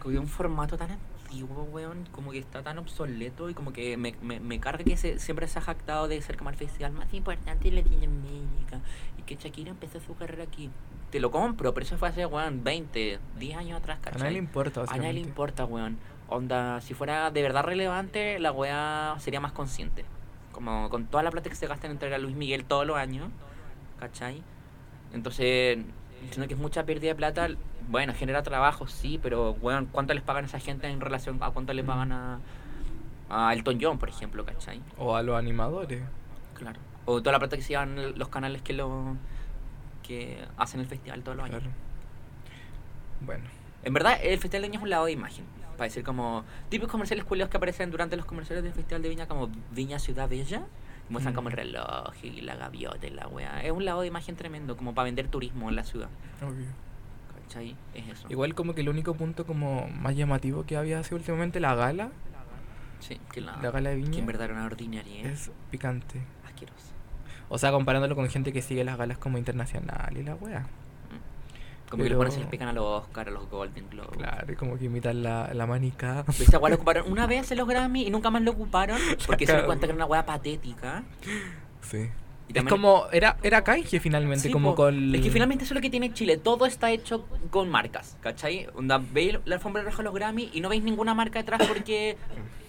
S2: cogió un formato tan antiguo, weón, como que está tan obsoleto y como que me, me, me carga que se- siempre se ha jactado de ser como el festival más importante de Latinoamérica y que Shakira empezó su carrera aquí. Te lo compro, pero eso fue hace, weón, 20, 10 años atrás,
S1: A
S2: ¿cachai?
S1: nadie le importa,
S2: A nadie
S1: básicamente.
S2: le importa, weón. Onda, si fuera de verdad relevante, la weá sería más consciente. Como con toda la plata que se gasta en entregar a Luis Miguel todos los años, ¿cachai? Entonces, sino que es mucha pérdida de plata. Bueno, genera trabajo, sí, pero, weón, ¿cuánto les pagan a esa gente en relación a cuánto
S1: Mm.
S2: le pagan a, a Elton John, por ejemplo, ¿cachai?
S1: O a los animadores.
S2: Claro. O toda la plata que se llevan los canales que lo que hacen el festival todos los años.
S1: Claro. Bueno,
S2: En verdad, el Festival de Viña es un lado de imagen. Para decir como tipos comerciales culiados que aparecen durante los comerciales del Festival de Viña, como Viña Ciudad Bella. y Muestran
S1: Mm.
S2: como el reloj y la gaviota y la wea. Es un lado de imagen tremendo, como para vender turismo en la ciudad.
S1: obvio.
S2: ¿Cachai? Es eso.
S1: Igual como que el único punto como más llamativo que había sido últimamente la gala,
S2: Sí, que la,
S1: la gala de
S2: que en
S1: Viña,
S2: verdad era una ordinaria, ¿eh?
S1: es picante.
S2: Asquerosa.
S1: O sea, comparándolo con gente que sigue las galas como internacional y la wea.
S2: Mm. Como que los buenos se
S1: Pero-
S2: les pegan a los Oscar, a los Golden Globes.
S1: Claro, y como que imitan la, la manica.
S2: Oh. Pero Esa weá la ocuparon una vez en los Grammy y nunca más lo ocuparon porque se dieron
S1: cagó.
S2: cuenta que era una weá patética.
S1: Sí.
S2: Y
S1: Es
S2: también-
S1: como, era, era canje finalmente,
S2: Sí,
S1: como
S2: po.
S1: con...
S2: Es que finalmente eso es lo que tiene Chile. Todo está hecho con marcas, ¿cachai? Onda, veis la alfombra roja de los Grammy y no veis ninguna marca detrás porque,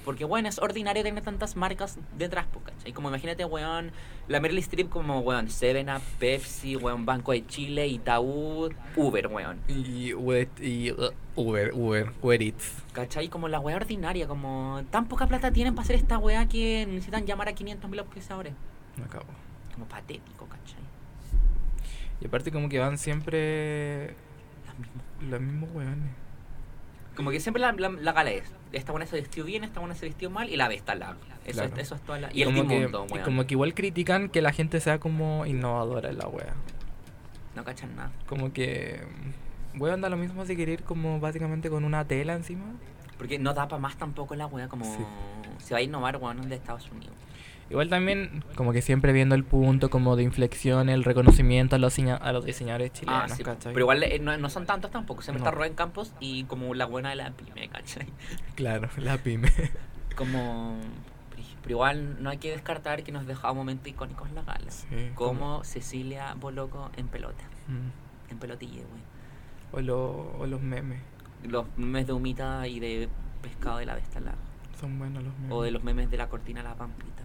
S2: porque bueno, es ordinario tener tantas marcas detrás, po, ¿cachai? Como imagínate, weón, la Meryl Streep como, weón, Seven Up, Pepsi, weón, Banco de Chile, Itaú, Uber, weón.
S1: Y, Uber- y uh, Uber, Uber, Uber Eats.
S2: ¿Cachai? Como la weá ordinaria, como tan poca plata tienen para hacer esta weá que necesitan llamar a 500.000 auspiciadores.
S1: Me acabo.
S2: Como patético, ¿cachai?
S1: Y aparte como que van siempre
S2: Las mismas
S1: los mismos weones.
S2: Como que siempre la, la, la gala es, esta buena se vistió bien, esta buena se vistió mal y la besta la. Eso,
S1: Claro.
S2: es, eso es toda la... Y, el
S1: como que-
S2: mundo,
S1: y
S2: weón.
S1: como que igual critican que la gente sea como innovadora en la wea.
S2: No cachan nada.
S1: Como que... Weón da lo mismo si querer ir como básicamente con una tela encima.
S2: Porque no da para más tampoco la wea como...
S1: Sí.
S2: Se va a innovar, weón, de Estados Unidos.
S1: Igual también como que siempre viendo el punto como de inflexión, el reconocimiento a los, diseña- a los diseñadores
S2: Ah,
S1: chilenos,
S2: sí,
S1: ¿cachai?
S2: Pero igual eh, no, no son tantos tampoco. Siempre
S1: No.
S2: está Rubén Campos y como la buena de la pyme, ¿cachai?
S1: Claro, la pyme.
S2: Como... Pero igual no hay que descartar que nos dejaba momentos icónicos en la gala.
S1: Sí,
S2: como Cecilia Boloco en pelota.
S1: Mm.
S2: En pelotille, weón.
S1: O, lo- o los memes.
S2: Los memes de humita y de pescado de la besta la.
S1: Son buenos los memes.
S2: O de los memes de la cortina a la pampita.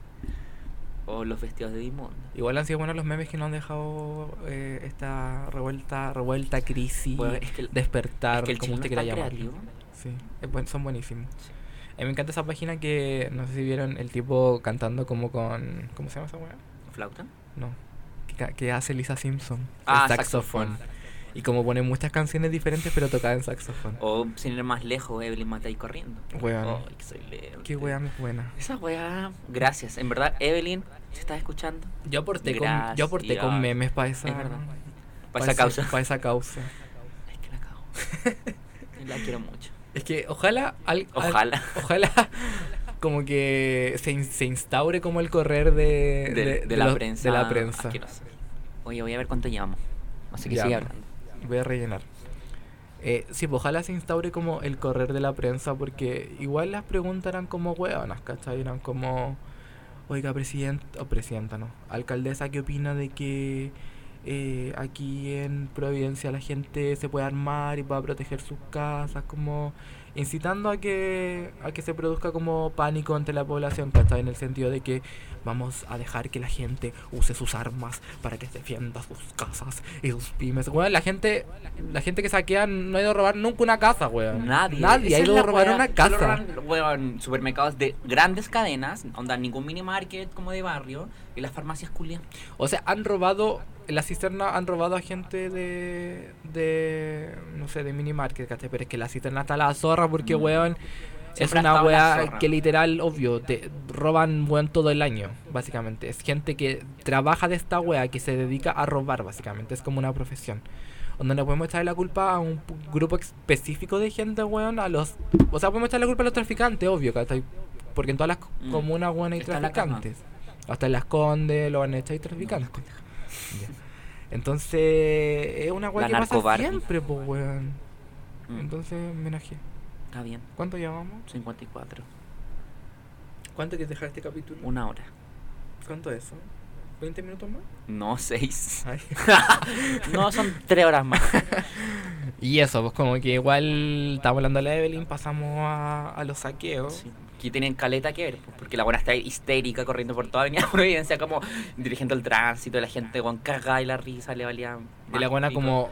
S2: O los vestidos de Dimond.
S1: Igual han sido buenos los memes que nos han dejado eh, esta revuelta, revuelta, crisis,
S2: Bueno, Pues, es que el-
S1: despertar,
S2: es que el
S1: como
S2: chileno
S1: usted
S2: es tan
S1: quiera llamarlo.
S2: creativo.
S1: Sí, es buen- son buenísimos.
S2: Sí.
S1: A mí me encanta esa página que, no sé si vieron, el tipo cantando como con... ¿Cómo se llama esa weá?
S2: ¿Flauta?
S1: No. Que, ca- que hace Lisa Simpson.
S2: Ah,
S1: el saxofón. Y como pone muchas canciones diferentes pero tocadas en saxofón.
S2: O sin ir más lejos, Evelyn Matei corriendo.
S1: Weón.
S2: Ay, excelente.
S1: Qué weá más buena.
S2: Esa weá. Gracias. En verdad, Evelyn, ¿te estás escuchando?
S1: Yo aporté, con, yo
S2: Gracias.
S1: aporté con memes para esa,
S2: Es verdad.
S1: pa'
S2: Para esa causa.
S1: Para esa causa.
S2: Es que la cago. la quiero mucho.
S1: Es que ojalá... al- al-
S2: Ojalá.
S1: ojalá como que se, in- se instaure como el correr de,
S2: De,
S1: Eh, de-
S2: de
S1: de
S2: la
S1: los-
S2: prensa. Ah,
S1: De la prensa.
S2: asquerosa. Oye, voy a ver cuánto llevamos. Así que
S1: Ya.
S2: sigue hablando.
S1: Voy a rellenar. Eh, sí, pues, ojalá se instaure como el correr de la prensa, porque igual las preguntas eran como hueonas, ¿cachai? Eran como, oiga, presidenta, o presidenta, no, alcaldesa, ¿qué opina de que eh, aquí en Providencia la gente se puede armar y pueda proteger sus casas? Como incitando a que, a que se produzca como pánico ante la población, ¿cachai? En el sentido de que vamos a dejar que la gente use sus armas para que defienda sus casas y sus pymes. Weón, la gente, la gente que saquea no ha ido a robar nunca una casa, weón.
S2: Nadie.
S1: Nadie ha
S2: Esa es
S1: ido
S2: la
S1: a robar
S2: wea.
S1: una
S2: Solo
S1: casa.
S2: roban, weón, supermercados de grandes cadenas, onda ningún mini market como de barrio, y las farmacias culias.
S1: O sea, han robado en la cisterna han robado a gente de. de. no sé, de minimarket, ¿cachai? Pero es que la cisterna está la zorra porque, weón. Es
S2: Mm. Siempre ha
S1: una
S2: estado la
S1: weá
S2: zorra.
S1: que literal, obvio, te roban weón todo el año, básicamente. Es gente que trabaja de esta weá, que se dedica a robar, básicamente. Es como una profesión. Donde no podemos echarle la culpa a un pu- grupo específico de gente, weón, a los... O sea, podemos echarle la culpa a los traficantes, obvio, ¿cachai? Porque en todas las
S2: Mm.
S1: comunas, weón, hay
S2: Está en la cama.
S1: traficantes. Hasta en las condes, lo han hecho, hay traficantes. Ya. Entonces, es una weá
S2: La
S1: que pasa
S2: narco-Barbie.
S1: siempre, pues, weón.
S2: Mm,
S1: Entonces, homenaje.
S2: Está bien,
S1: ¿Cuánto llevamos?
S2: 54.
S1: ¿Cuánto quieres dejar este capítulo?
S2: Una hora.
S1: ¿Cuánto es eso? ¿20 minutos más?
S2: No, seis. No, son tres horas más.
S1: y eso, pues como que igual estamos hablando de la Evelyn, pasamos a, a los saqueos.
S2: Sí. Aquí tienen caleta que ver, pues, porque la buena está histérica corriendo por toda Avenida Providencia, como dirigiendo el tránsito, la gente con cagada y la risa le valía.
S1: Y la
S2: más
S1: buena
S2: pico.
S1: como...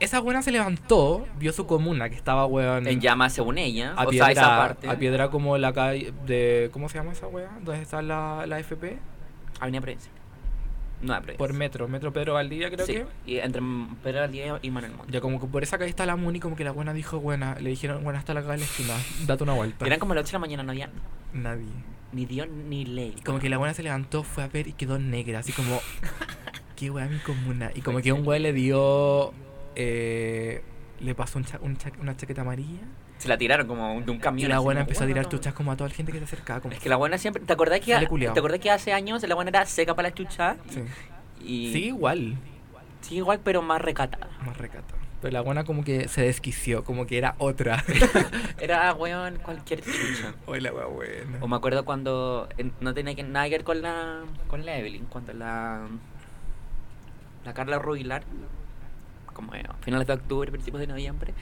S1: Esa buena se levantó, vio su comuna que estaba, weón...
S2: En llamas, según ella.
S1: a
S2: o
S1: piedra,
S2: sea, esa parte.
S1: a piedra como la calle de... ¿Cómo se llama esa weá? ¿Dónde está la, la FP?
S2: Avenida Providencia. No, Providencia.
S1: Por metro, metro Pedro Valdivia creo
S2: Sí,
S1: que.
S2: Y entre M- Pedro Valdivia y Manuel Montt.
S1: Ya como que por esa calle está la Muni, como que la buena dijo, buena, le dijeron, buena, está la calle de la esquina, date una vuelta.
S2: Eran como las 8 de la mañana, no había
S1: Nadie.
S2: ni Dios ni ley.
S1: Como que la buena se levantó, fue a ver y quedó negra, así como, qué weá mi comuna. Y como que un weá le dio, eh, le pasó un cha- un cha- una chaqueta amarilla.
S2: Se la tiraron como un- de un
S1: Y
S2: camión.
S1: la
S2: así,
S1: buena
S2: como,
S1: empezó a
S2: "Bueno,
S1: tirar
S2: no".
S1: chuchas como a toda la gente que se acercaba. Como,
S2: Es que la buena siempre. ¿Te acordás que,
S1: Sale culiao.
S2: ¿te acordás que hace años la buena era seca para la chucha?
S1: sí.
S2: Y,
S1: Sí, igual,
S2: Sí, igual, pero más recatada.
S1: más recato. Pero la buena como que se desquició, como que era otra.
S2: Era, weón, cualquier chucha.
S1: Oye, la weá buena.
S2: O me acuerdo cuando en- no tenía que, nada que ver con la, con la Evelyn, cuando la, la Carla Rubilar, como eh, a finales de octubre, principios de noviembre,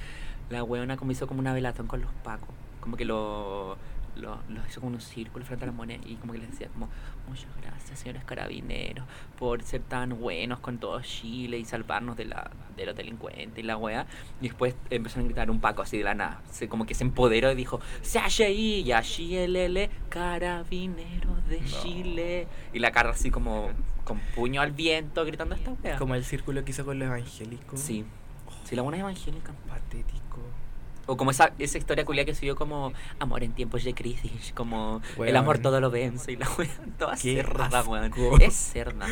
S2: la weona como hizo como una velatón con los pacos, como que lo, lo, lo hizo como un círculo frente a la moneda y como que les decía como, muchas gracias señores carabineros por ser tan buenos con todo Chile y salvarnos de, la, de los delincuentes y la wea. Y después empezaron a gritar un paco así de la nada. Se, como que se empoderó y dijo: CHI, Yashilele, carabineros de
S1: No.
S2: Chile. Y la cara así como con puño al viento gritando esta wea.
S1: Como el círculo que hizo con los evangélicos.
S2: Sí. Sí, la buena es evangélica.
S1: Patético.
S2: O como esa, esa historia culia que subió como amor en tiempos de crisis, como el
S1: Weón.
S2: amor todo lo vence y la wea toda
S1: Qué
S2: cerda, weón.
S1: asco.
S2: Es cerda.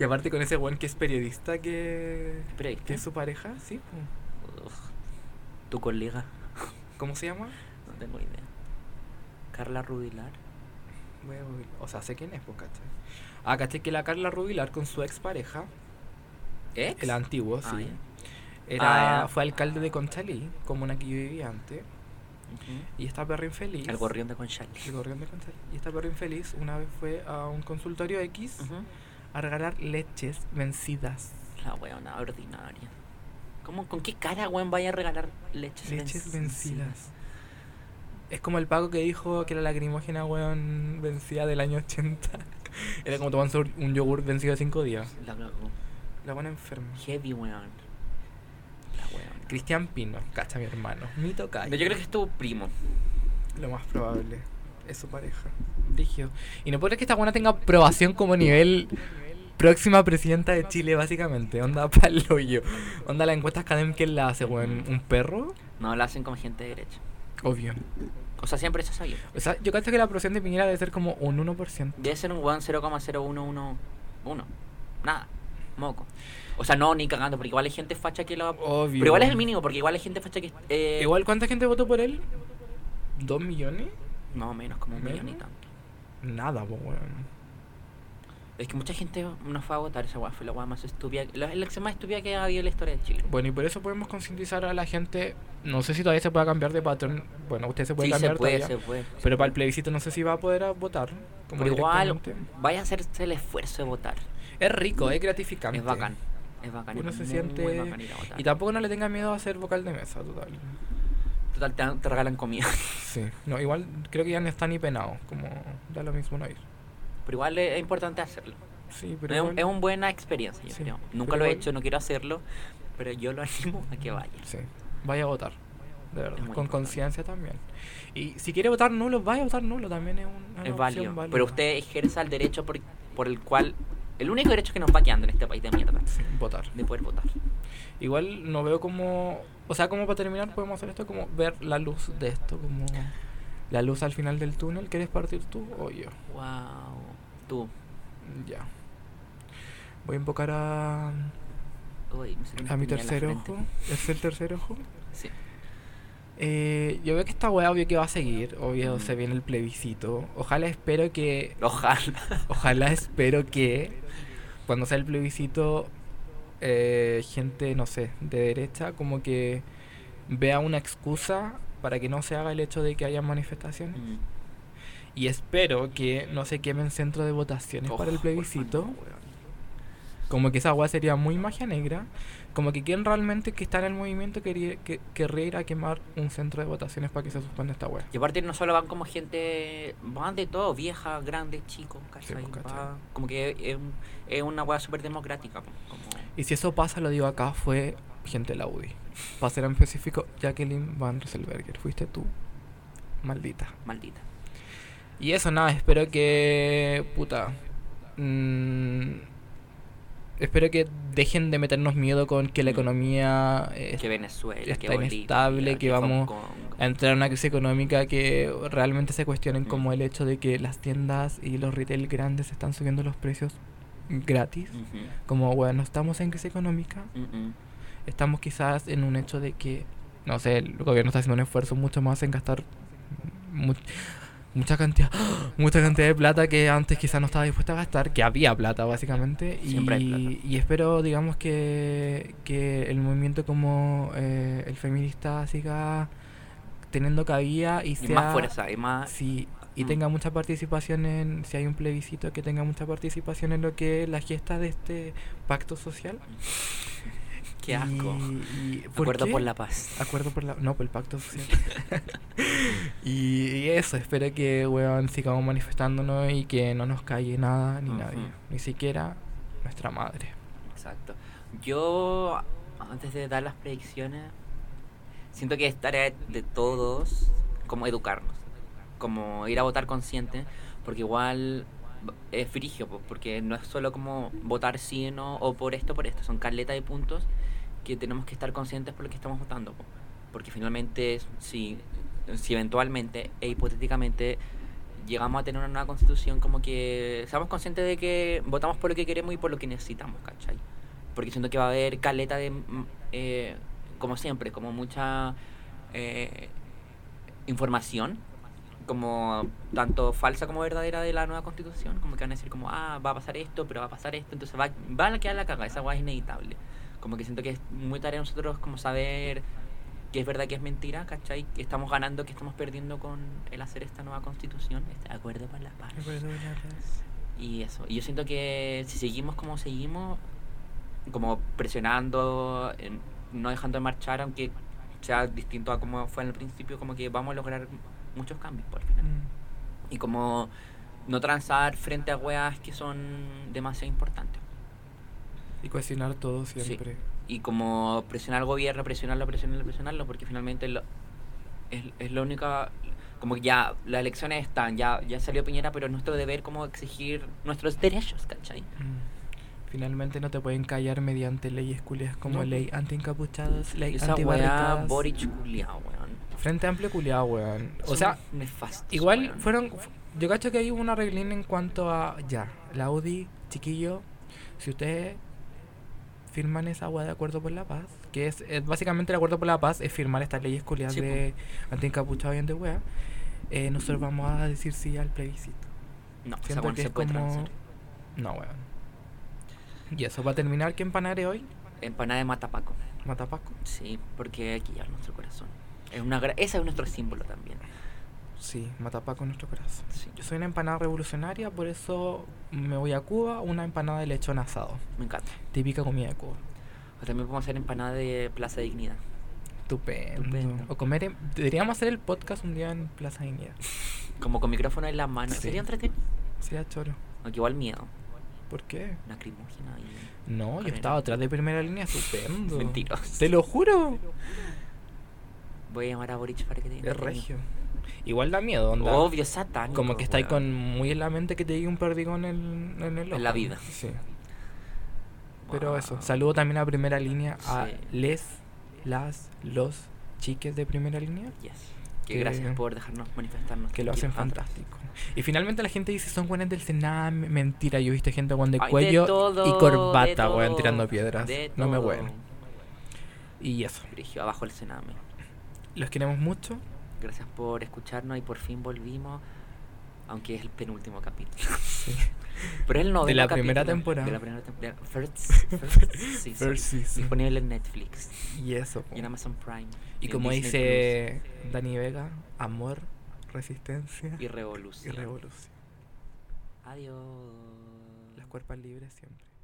S1: Y aparte con ese weón que es periodista que.
S2: Pero ahí
S1: que es
S2: está.
S1: su pareja, sí. po.
S2: Ugh. Tu colega,
S1: ¿Cómo se llama?
S2: no tengo idea. Carla Rubilar.
S1: Voy a googlear. O sea, sé quién es, pues, ¿cachai? Ah, ¿cachai? Que la Carla Rubilar con su expareja,
S2: ¿Ex?
S1: el antiguo,
S2: Ah,
S1: sí.
S2: ya.
S1: Era,
S2: Ah, ya.
S1: Fue alcalde de Conchalí, comuna que yo vivía antes.
S2: Ujú.
S1: Y esta perra infeliz.
S2: El gorrión de Conchalí.
S1: el gorrión de Conchalí. Y esta perra infeliz una vez fue a un consultorio X
S2: Ujú.
S1: a regalar leches vencidas.
S2: La weona ordinaria. ¿Cómo, ¿Con qué cara, weón, vaya a regalar leches,
S1: Leches vencidas. Es como el Paco que dijo que la lacrimógena, weón, vencida del año 80. Era como tomarse un yogur vencido de 5 días.
S2: La cagó.
S1: La buena enferma.
S2: Heavy, weón. La weona.
S1: Cristian Pino, cacha mi hermano. Mi tocayo.
S2: Yo creo que es tu primo.
S1: Lo más probable. Es su pareja. Rígido. Y no puede ser que esta buena tenga aprobación como nivel próxima presidenta de Chile, básicamente. Onda palo yo. Onda la encuesta académica que la hace, weón. ¿Un perro?
S2: No la hacen como gente de derecha.
S1: Obvio.
S2: O sea, siempre eso es sabio.
S1: O sea, yo cacho que la aprobación de Piñera debe ser como un 1%.
S2: Debe ser un weón 0,0111. Nada. Moco. O sea, no, ni cagando, porque igual hay gente facha que lo...
S1: Obvio.
S2: Pero igual es el mínimo, porque igual hay gente facha que... eh,
S1: Igual, ¿cuánta gente votó por él? ¿Dos millones?
S2: Más o menos, como un millón y
S1: ¿Menos?
S2: tanto.
S1: Nada, po, weón.
S2: Es que mucha gente no fue a votar esa weá, fue la weá más estúpida, la elección más estúpida que ha habido en la historia de Chile.
S1: Bueno, y por eso podemos concientizar a la gente. No sé si todavía se puede cambiar de patrón. Bueno, usted se puede
S2: sí, se
S1: cambiar
S2: puede,
S1: todavía.
S2: se puede.
S1: Pero para el plebiscito no sé si va a poder a votar. como
S2: Pero igual,
S1: directamente.
S2: vaya a hacerse el esfuerzo de votar.
S1: Es rico, es gratificante.
S2: Es bacán, es bacán.
S1: Uno
S2: es
S1: se
S2: muy
S1: siente-
S2: bacán ir a votar.
S1: Y tampoco no le tenga miedo a ser vocal de mesa, total.
S2: Total, te, dan- te regalan comida.
S1: Sí. No, igual creo que ya no está ni penado. Como da lo mismo no ir.
S2: Pero igual es es importante hacerlo.
S1: Sí, pero.
S2: Es, un-
S1: igual-
S2: es una buena experiencia, yo
S1: Sí,
S2: creo.
S1: pero
S2: Nunca lo he
S1: igual-
S2: hecho, no quiero hacerlo, pero yo lo animo a que vaya.
S1: Sí, vaya a votar. De verdad,
S2: muy
S1: con
S2: importante.
S1: conciencia también. Y si quiere votar nulo, vaya a votar nulo también es un.
S2: es válido. Pero usted ejerza el derecho por, por el cual El único derecho que nos va quedando en este país de mierda.
S1: Sí, votar.
S2: De poder votar.
S1: Igual no veo como. O sea, como para terminar, podemos hacer esto, como ver la luz de esto, como. La luz al final del túnel. ¿Quieres partir tú o yo?
S2: Wow. Tú.
S1: Ya. Voy a invocar a.
S2: Uy, me salió una
S1: a mi
S2: espinilla en la
S1: tercer
S2: frente.
S1: ojo. ¿Es el tercer ojo?
S2: Sí.
S1: Eh, yo veo que esta weá obvio que va a seguir, obvio
S2: Mm.
S1: se viene el plebiscito. Ojalá espero que,
S2: Ojalá.
S1: ojalá espero que cuando sea el plebiscito, eh, gente, no sé, de derecha, como que vea una excusa para que no se haga el hecho de que haya manifestaciones.
S2: Mm.
S1: Y espero que no se quemen centros de votaciones
S2: Oh,
S1: para el
S2: por favor,
S1: plebiscito.
S2: no, weón.
S1: Como que esa weá sería muy magia negra. Como que quien realmente que está en el movimiento quería- que- querría ir a quemar un centro de votaciones para que se suspenda esta weá.
S2: Y aparte no solo van como gente, van de todo, viejas, grandes, chicos, ¿cachai?
S1: pues, ¿cachai?
S2: Va- como que es, es una hueá súper democrática. po, Como,
S1: Y si eso pasa, lo digo acá, fue gente de la UDI. Para ser en específico, Jacqueline Van Rieselberger. Fuiste tú. Maldita.
S2: maldita.
S1: Y eso nada, espero que... Puta. mm, espero que dejen de meternos miedo con que la
S2: Mm.
S1: economía... eh,
S2: que Venezuela, que
S1: está
S2: Bolivia,
S1: inestable, que
S2: Hong
S1: vamos
S2: Kong.
S1: a entrar en una crisis económica que realmente se cuestionen
S2: Mm.
S1: como el hecho de que las tiendas y los retail grandes están subiendo los precios gratis.
S2: Mm. Ujú,
S1: Como, bueno, estamos en crisis económica.
S2: ujú.
S1: estamos quizás en un hecho de que, no sé, el gobierno está haciendo un esfuerzo mucho más en gastar mu- mucha cantidad mucha cantidad de plata que antes quizás no estaba dispuesta a gastar, que había plata básicamente. Y,
S2: Siempre hay plata.
S1: y espero, digamos, que, que el movimiento como eh, el feminista siga teniendo cabida y
S2: Y
S1: sea...
S2: más fuerza, y más...
S1: Sí, y
S2: Mm.
S1: tenga mucha participación en, si hay un plebiscito, que tenga mucha participación en lo que es la gesta de este pacto social.
S2: Qué asco.
S1: Y, y-
S2: Acuerdo
S1: qué?
S2: por la paz.
S1: Acuerdo por la... No, por el pacto social. y, y eso, espero que, weón, sigamos manifestándonos y que no nos calle nada ni
S2: Ujú.
S1: nadie. Ni siquiera nuestra madre.
S2: Exacto. Yo, antes de dar las predicciones, siento que es tarea de todos como educarnos, como ir a votar consciente, porque igual es frigio, po, porque no es solo como votar sí o no, o por esto, por esto, son carletas de puntos que tenemos que estar conscientes por lo que estamos votando, po. porque finalmente si, si eventualmente e hipotéticamente llegamos a tener una nueva constitución, como que seamos conscientes de que votamos por lo que queremos y por lo que necesitamos, ¿cachai? Porque siento que va a haber caleta de, mm, eh, como siempre, como mucha eh, información, como tanto falsa como verdadera de la nueva constitución, como que van a decir como, ah, va a pasar esto, pero va a pasar esto, entonces va, va a quedar la caga, esa guay es inevitable. Como que siento que es muy tarea de nosotros como saber que es verdad que es mentira, ¿cachai? Que estamos ganando, que estamos perdiendo con el hacer esta nueva constitución, este acuerdo para la paz. Y eso, y yo siento que si seguimos como seguimos, como presionando, en- no dejando de marchar, aunque sea distinto a como fue en el principio, como que vamos a lograr muchos cambios por el final.
S1: Mm.
S2: Y como no transar frente a weas que son demasiado importantes.
S1: Y cuestionar todo
S2: Sí.
S1: siempre.
S2: Y como presionar al gobierno, presionarlo, presionarlo, presionarlo, porque finalmente lo- es, es la única... Como que ya las elecciones están, ya, ya salió Piñera, pero es nuestro deber como exigir nuestros derechos, ¿cachai?
S1: Mm. Finalmente no te pueden callar mediante leyes culias como
S2: No.
S1: ley anti-encapuchados, ley
S2: Esa weá
S1: antibarricadas.
S2: Boric culiao, weón.
S1: Frente amplio culiado, weón. O
S2: Son
S1: sea,
S2: nefastos,
S1: Igual
S2: weón.
S1: fueron. Yo cacho que hay una reglina en cuanto a. Ya, la UDI, chiquillo. Si ustedes firman esa hueá de acuerdo por la paz, que es, es básicamente el acuerdo por la paz, es firmar estas leyes culiadas
S2: Sí, po.
S1: de antiencapuchado y antihueá, eh, nosotros vamos a decir sí al plebiscito.
S2: No, esa
S1: Siento
S2: weón
S1: que
S2: se
S1: es
S2: puede
S1: como.
S2: transar.
S1: No, weón. Y eso va a terminar que empanaré hoy,
S2: Empanada de Matapaco.
S1: Matapaco.
S2: Sí, porque hay que llevar nuestro corazón. Es una gra- Ese es nuestro símbolo también.
S1: Sí, Matapaco en nuestro corazón.
S2: Sí,
S1: Yo soy una empanada revolucionaria, por eso me voy a Cuba, una empanada de lechón asado.
S2: me encanta.
S1: Típica comida de Cuba.
S2: O también podemos hacer empanada de Plaza Dignidad.
S1: Estupendo.
S2: Estupendo.
S1: O comer en- Deberíamos hacer el podcast un día en Plaza Dignidad.
S2: Como con micrófono en la mano.
S1: Sí.
S2: Sería entretenido.
S1: Sería choro.
S2: Aunque igual miedo.
S1: ¿Por qué?
S2: Lacrimógena y...
S1: No, yo
S2: Carrera.
S1: estaba atrás de primera línea, estupendo.
S2: Mentiroso.
S1: Te lo juro.
S2: Voy a llamar a Boric para que te diga.
S1: Es regio. Igual da miedo, onda.
S2: Obvio, es satánico.
S1: Como que está ahí
S2: weón.
S1: con muy en la mente que te llegue un perdigón en, en el
S2: En la
S1: ojo.
S2: vida.
S1: Sí. Pero
S2: Wow.
S1: eso, saludo también a primera línea a
S2: Sí.
S1: les, las, los chiques de primera línea
S2: Yes. Que,
S1: que-
S2: gracias por dejarnos manifestarnos.
S1: Eh, que lo
S2: aquí
S1: hacen
S2: atrás.
S1: fantástico. Y finalmente la gente dice son buenas del Sename. Mentira, yo viste gente con de
S2: Ay,
S1: cuello
S2: todo,
S1: y
S2: de
S1: corbata, weón,
S2: todo,
S1: tirando piedras.
S2: de
S1: No me
S2: todo.
S1: hueven. Y eso,
S2: Brigio, abajo el cename.
S1: los queremos mucho.
S2: Gracias por escucharnos y por fin volvimos. Aunque es el penúltimo capítulo. Pero es el noveno
S1: la
S2: capítulo
S1: primera temporada.
S2: De la primera temporada. First, first season.
S1: First season.
S2: Disponible en Netflix.
S1: Y eso. po.
S2: Y en Amazon Prime.
S1: Y
S2: en
S1: como
S2: Disney
S1: dice Dani Vega, amor, resistencia
S2: Plus, Y
S1: y
S2: revolución.
S1: revolución.
S2: Adiós.
S1: Las cuerpas libres siempre.